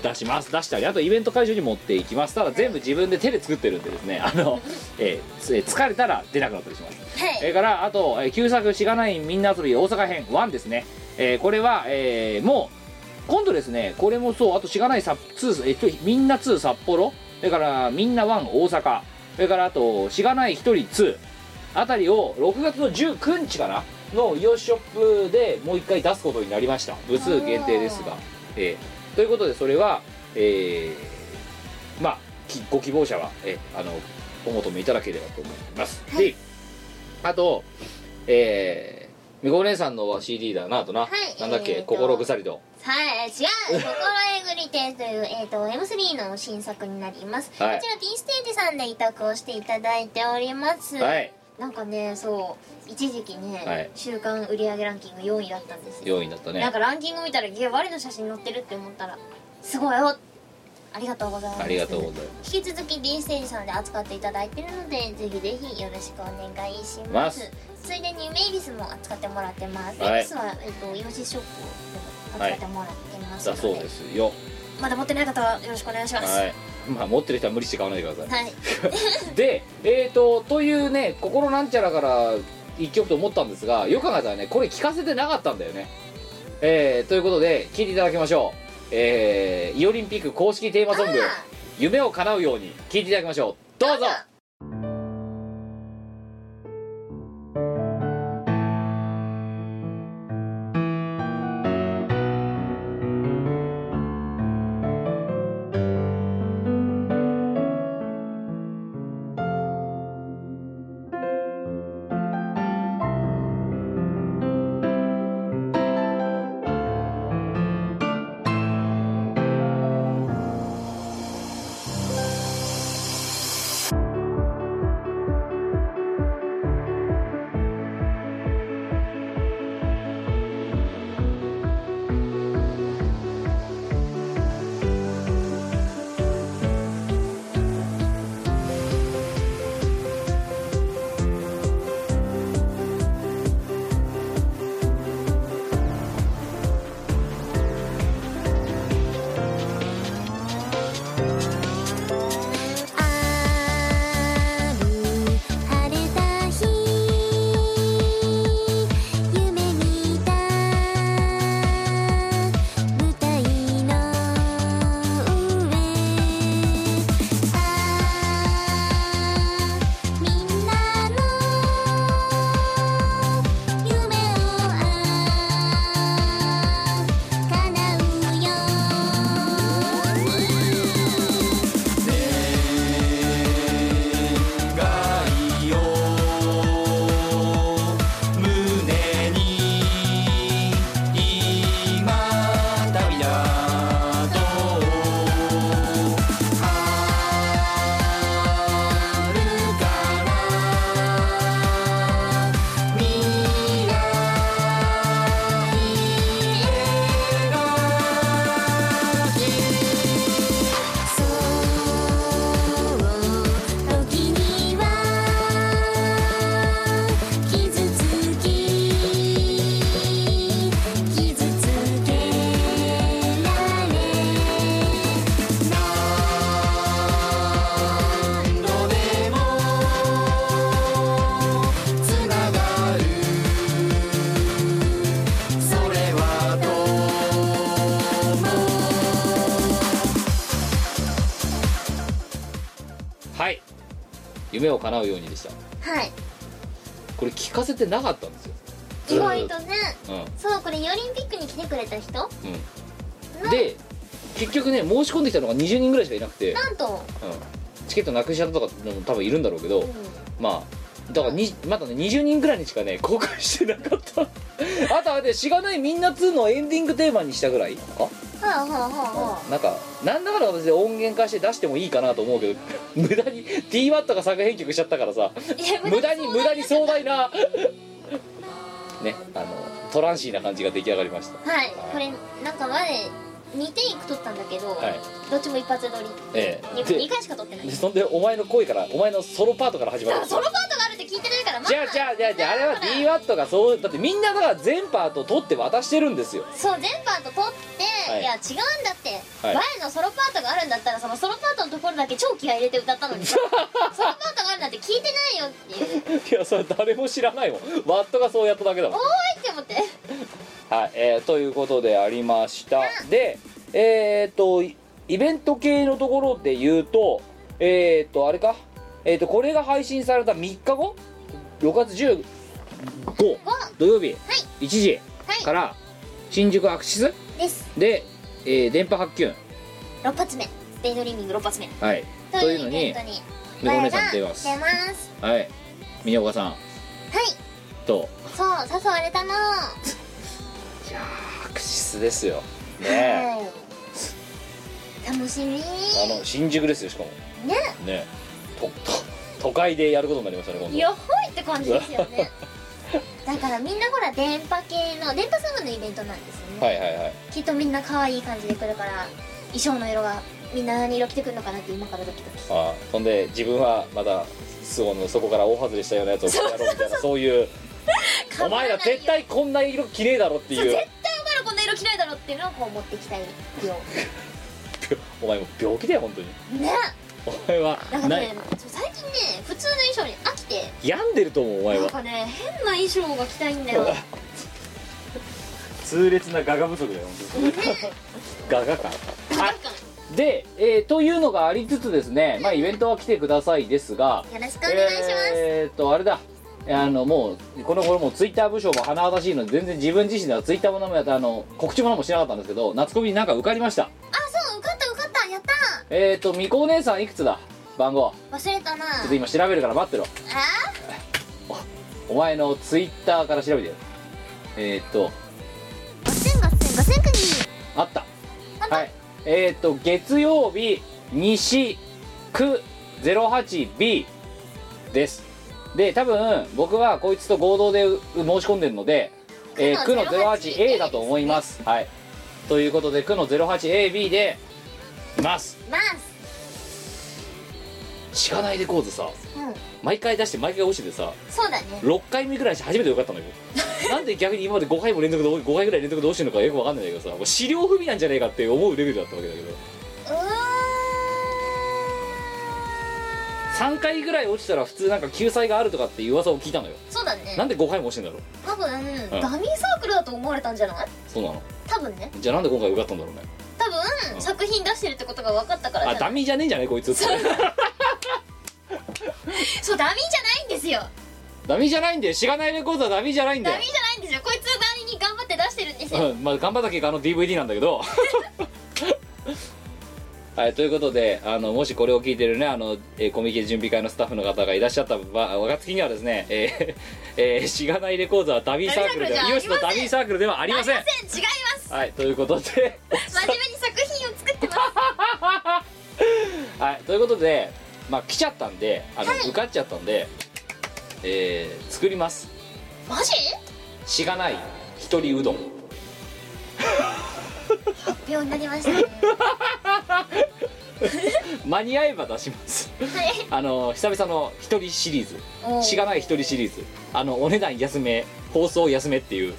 出します出したりあとイベント会場に持っていきますただ全部自分で手で作ってるんでですねあの、えーつえー疲れたら出なくなったりしますはいそれからあと、えー旧作「しがないみんな遊び大阪編1」ですね、えーこれは、えーもう今度ですねこれもそうあと「しがないさ2」えっと「みんな2」札幌それから「みんな1」大阪それからあと「しがない一人2」あたりを6月の19日かなのイオシショップでもう一回出すことになりました部数限定ですが、えーということでそれは、えーまあきご希望者は、えーあのお求めいただければと思います、であと、えー、みこお姉さんの CD だなあとな、はいなんだっけ、えーと心ぐさりとはい、違う「心えぐり亭」という、えー、と M3 の新作になります、はいこちら B ステージさんで委託をしていただいております、はいなんかねそう一時期ね、はい週間売上ランキング4位だったんですよ、 4位になっなたんねかランキング見たら「いや我の写真載ってる」って思ったらすごいよありがとうございますありがとうござい引き続き B ステージさんで扱っていただいてるのでぜひぜひよろしくお願いしまますすついでにメイビスも扱ってもらってます、はいメイビスは、えっとイオシスショップでも扱ってもらってますだので、そうですよまだ持ってない方はよろしくお願いしますは、はいいまあ持ってる人は無理して買わないでくださいでえーとというね心なんちゃらから一曲と思ったんですがよく考えたらねこれ聞かせてなかったんだよねえー、ということで聴いていただきましょうえー、イオリンピック公式テーマソング「夢を叶うように」聴いていただきましょうどうぞある晴れた日夢見た舞台の上あみんなの夢をあ叶うよ時には傷つき傷つけられ何度でもつながるそれはどうはい「夢を叶うように」でしたこれ聞かせてなかったんですよ意外とねうんそうこれイオリンピックに来てくれた人うん、で結局ね申し込んできたのが20人ぐらいしかいなくて、なんとうん、チケットなくしちゃったとかのも多分いるんだろうけど、うん まあだからにまだね20人ぐらいにしかね公開してなかったあとあれで「しがないみんな2」のエンディングテーマにしたぐらいかはあはあはなんかなんだから私で音源化して出してもいいかなと思うけど 無駄に TWAT が作編曲しちゃったからさあいや無駄に無駄に壮大なねあのトランシーな感じが出来上がりましたはいこれなんか前2テイク撮ったんだけど、はいどっちも一発撮りええ 2, で回しか撮ってないでそんでお前の声からお前のソロパートから始まるんあですソロよパートがあるって聞いてないからまあじゃあじゃあじゃあじゃああれは DWAT がそうだってみんなだから全パート取って渡してるんですよそう全パート撮って、はいい、や違うんだって、はい前のソロパートがあるんだったらそのソロパートのところだけ超気合い入れて歌ったのに ソロパートがあるなんて聞いてないよっていういやそれ誰も知らないもんワットがそうやっただけだもんおーいって思ってはい、えーということでありましたでえっ、とイイベント系のところで言うとえっ、とあれかえっ、とこれが配信された3日後6月15土曜日1時はいから新宿アクシスですで、えー電波発給6発目デイドリーミング6発目はいというのにイベントにめご我ねらさん出出まますすははい峰岡さんいとそう誘われたのいやーアクシスですよねはい楽しみ えあの新宿ですよしかもねねえとと都会でやることになりましたね今度やばいって感じですよ ねだからみんなほら電波系の電波ソングのイベントなんですよね、はいはいはいきっとみんな可愛い感じで来るから衣装の色がみんな何色着てくるのかなって今からドキドキああそんで自分はまだスゴのそこから大外れしたようなやつをやろうみたいなそういうお前ら絶対こんな色着ねえだろってそうい絶う対お前らこんな色着ないだろっていうのをこう持ってきたいよお前もう病気だよ本当にねお前はなんかなねそう最近ね普通の衣装に飽きて病んでると思うお前なんはかね変な衣装が着たいんだ よ痛烈なガガ不足だよ本当にガガ感はいで、えーというのがありつつですね、まあ、イベントは来てくださいですがよろしくお願いします、えーっとあれだあのもうこの頃もうツイッター部署も甚だしいので全然自分自身ではツイッターも何もやったあの告知も何もしなかったんですけど夏コミになんか受かりましたあそう受かった受かったやったえー、とみこお姉さんいくつだ番号忘れたなちょっと今調べるから待ってろあお前のツイッターから調べてよえー、とガセンガセンガセンクニあったあったはいえー、と月曜日西区 08B ですで多分僕はこいつと合同でう申し込んでるので、えー、区区のの 08A だと思いますはいということで区の 08AB でいますーバン知らないでこうずさスう毎回出して毎回落ちてさんそうだね6回目ぐらいして初めてよ かったのよなんで逆に今まで5回も連続で5回ぐらい連続で落ちてるのかよくわかんないんだけどさもう資料不備なんじゃねえかって思うレベルだったわけだけどうーん3回ぐらい落ちたら普通なんか救済があるとかっていう噂を聞いたのよそうだねなんで5回も落ちてんだろう多分、ダミーサークルだと思われたんじゃないそうなの多分ねじゃあなんで今回受かったんだろうね多分、うん作品出してるってことが分かったからじあゃなダいミーじゃねえんじゃねえこいつってそうダミーじゃないんですよダミーじゃないんだよしがないレコードはダミーじゃないんだダよミーじゃないんですよこいつなりに頑張って出してるんですよ、うんまあ頑張った結果あの DVD なんだけど はいということであのもしこれを聞いてるねあの、えーコミケ準備会のスタッフの方がいらっしゃったば若月にはですねえーえーしがないレコードはダミーサークルではダイミオーシサースクルのじゃダありませんミーサークルではありませんありません違いますはいということで真面目に作品を作ってます はいということでまあ来ちゃったんであの、受かっちゃったんでえー作りますマジしがない一人うどん発表になりま したね間に合えば出しますはいあの久々の一人シリーズおーしがない一人シリーズあのお値段安め放送安めっていう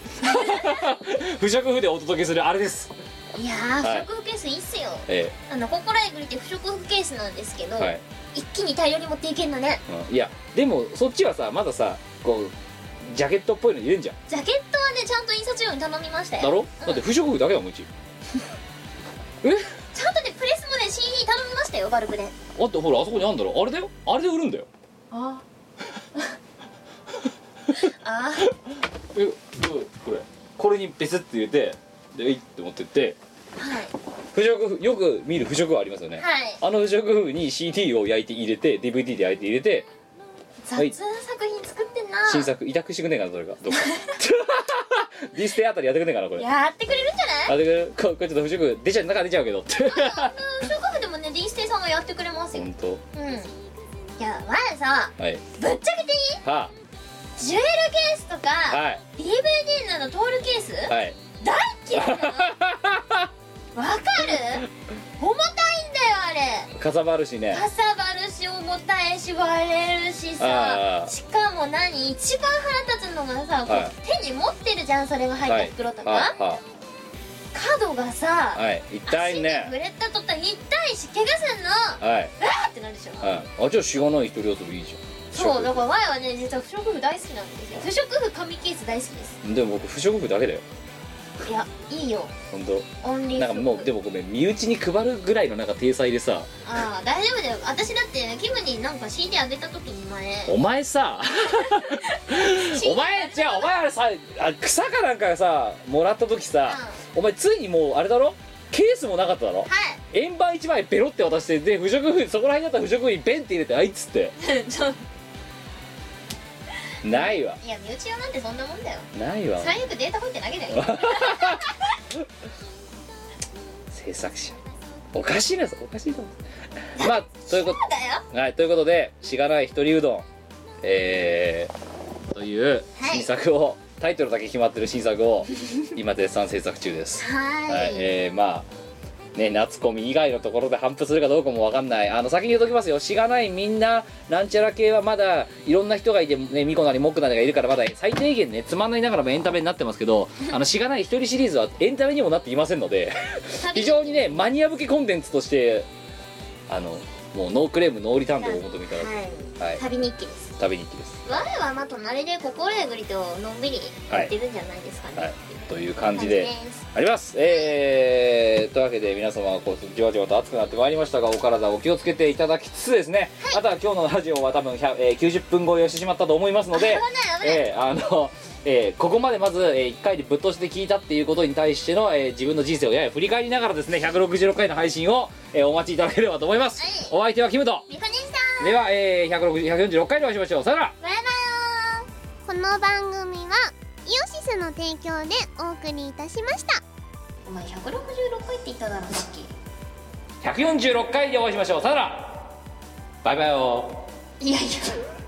不織布でお届けするあれですいやはいー不織布ケースいいっすよ、えあのここらへんりって不織布ケースなんですけど、えはい、一気に大量に持っていけるのねうんいやでもそっちはさまださこうジャケットっぽいの入れんじゃんジャケットはねちゃんと印刷用に頼みましたよだろ、うんだって不織布だけだもんうちえちゃんとねプレスもね CD 頼みましたよバルクであってほらあそこにあんだろあれだよあれで売るんだよああえうんこれこれにベスって入れてでえいって持ってってはい不織布よく見る不織布ありますよね、はいあの不織布に CD を焼いて入れて DVD で焼いて入れて雑な作品作ってんな 新作委託してくんねえかなそれがどっかディステあたりやってくんねえかなこれややってくれるんじゃないってくれるここれちょっと不織布出ちゃう中出ちゃう けどって不織布でもねディステイさんがやってくれますよ本当うんいやわらさはいぶっちゃけていいはジュエルケースとか、あはい DVD などトールケース、はい大嫌い なのわかる重たいんだよあれかさばるしねかさばるし重たいし割れるしさあーしかも何一番腹立つのがさ、こはう手に持ってるじゃんそれが入った袋とか、はいは角がさ、あはい痛い足に触ねれたとたに痛いし怪我すんのはいあーってなるでしょはいあじゃあしがない一人遊びいいじゃんそうだだからワイはね実は不織布大好きなんですよ不織布紙ケース大好きですでも僕不織布だけだよいやいいよ本当オンリーなんかもうでももごめん身内に配るぐらいのなんか体裁でさああ大丈夫だよ私だってキムになんか CD あげた時に前お前さお前じゃあお前あれさあ草かなんかさもらった時さ、お前ついにもうあれだろケースもなかっただろはい円盤一枚ベロって渡してで不織布そこら辺だったら不織布にベンって入れてあいっつ ってないわいや身内用なんてそんなもんだよないわ最悪データ入って投げだ よ制作者おかしいなおかしいと思うまあということだよはい、ということで「しがないひとりうどん」えー、というはい新作を、タイトルだけ決まってる新作を今絶賛制作中ですははいい、えー、まあね夏コミ以外のところで反布するかどうかもわかんないあの先に言うときますよしがないみんななんちゃら系はまだいろんな人がいてねミコなりモックなりがいるからまだ最低限ねつまんないながらもエンタメになってますけ どあのしがない一人シリーズはエンタメにもなっていませんの で非常にねマニア向けコンテンツとしてあのもうノークレームノーリターンでお求めいただくはい旅日記です旅日記です我はまあ隣で心えぐりとのんびりやってるんじゃないですかね、はいという感じ感じでですありますえー、というわけで皆様こうじわじわと暑くなってまいりましたがお体お気をつけていただきつつですね、あとは今日のラジオは多分、100えー90分超えをしてしまったと思いますので危ないえーあのえーここまでまず、え1回でぶっ通して聞いたっていうことに対しての、えー自分の人生をやや振り返りながらですね166回の配信を、えーお待ちいただければと思います、はお相手はキムとみこねさんでは、えー160 146回でお会いしましょうさよならバイバイこの番組はイオシスの提供でお送りいたしましたお前166回って言っただろさっき146回でお会いしましょうさよならバイバイよいやいや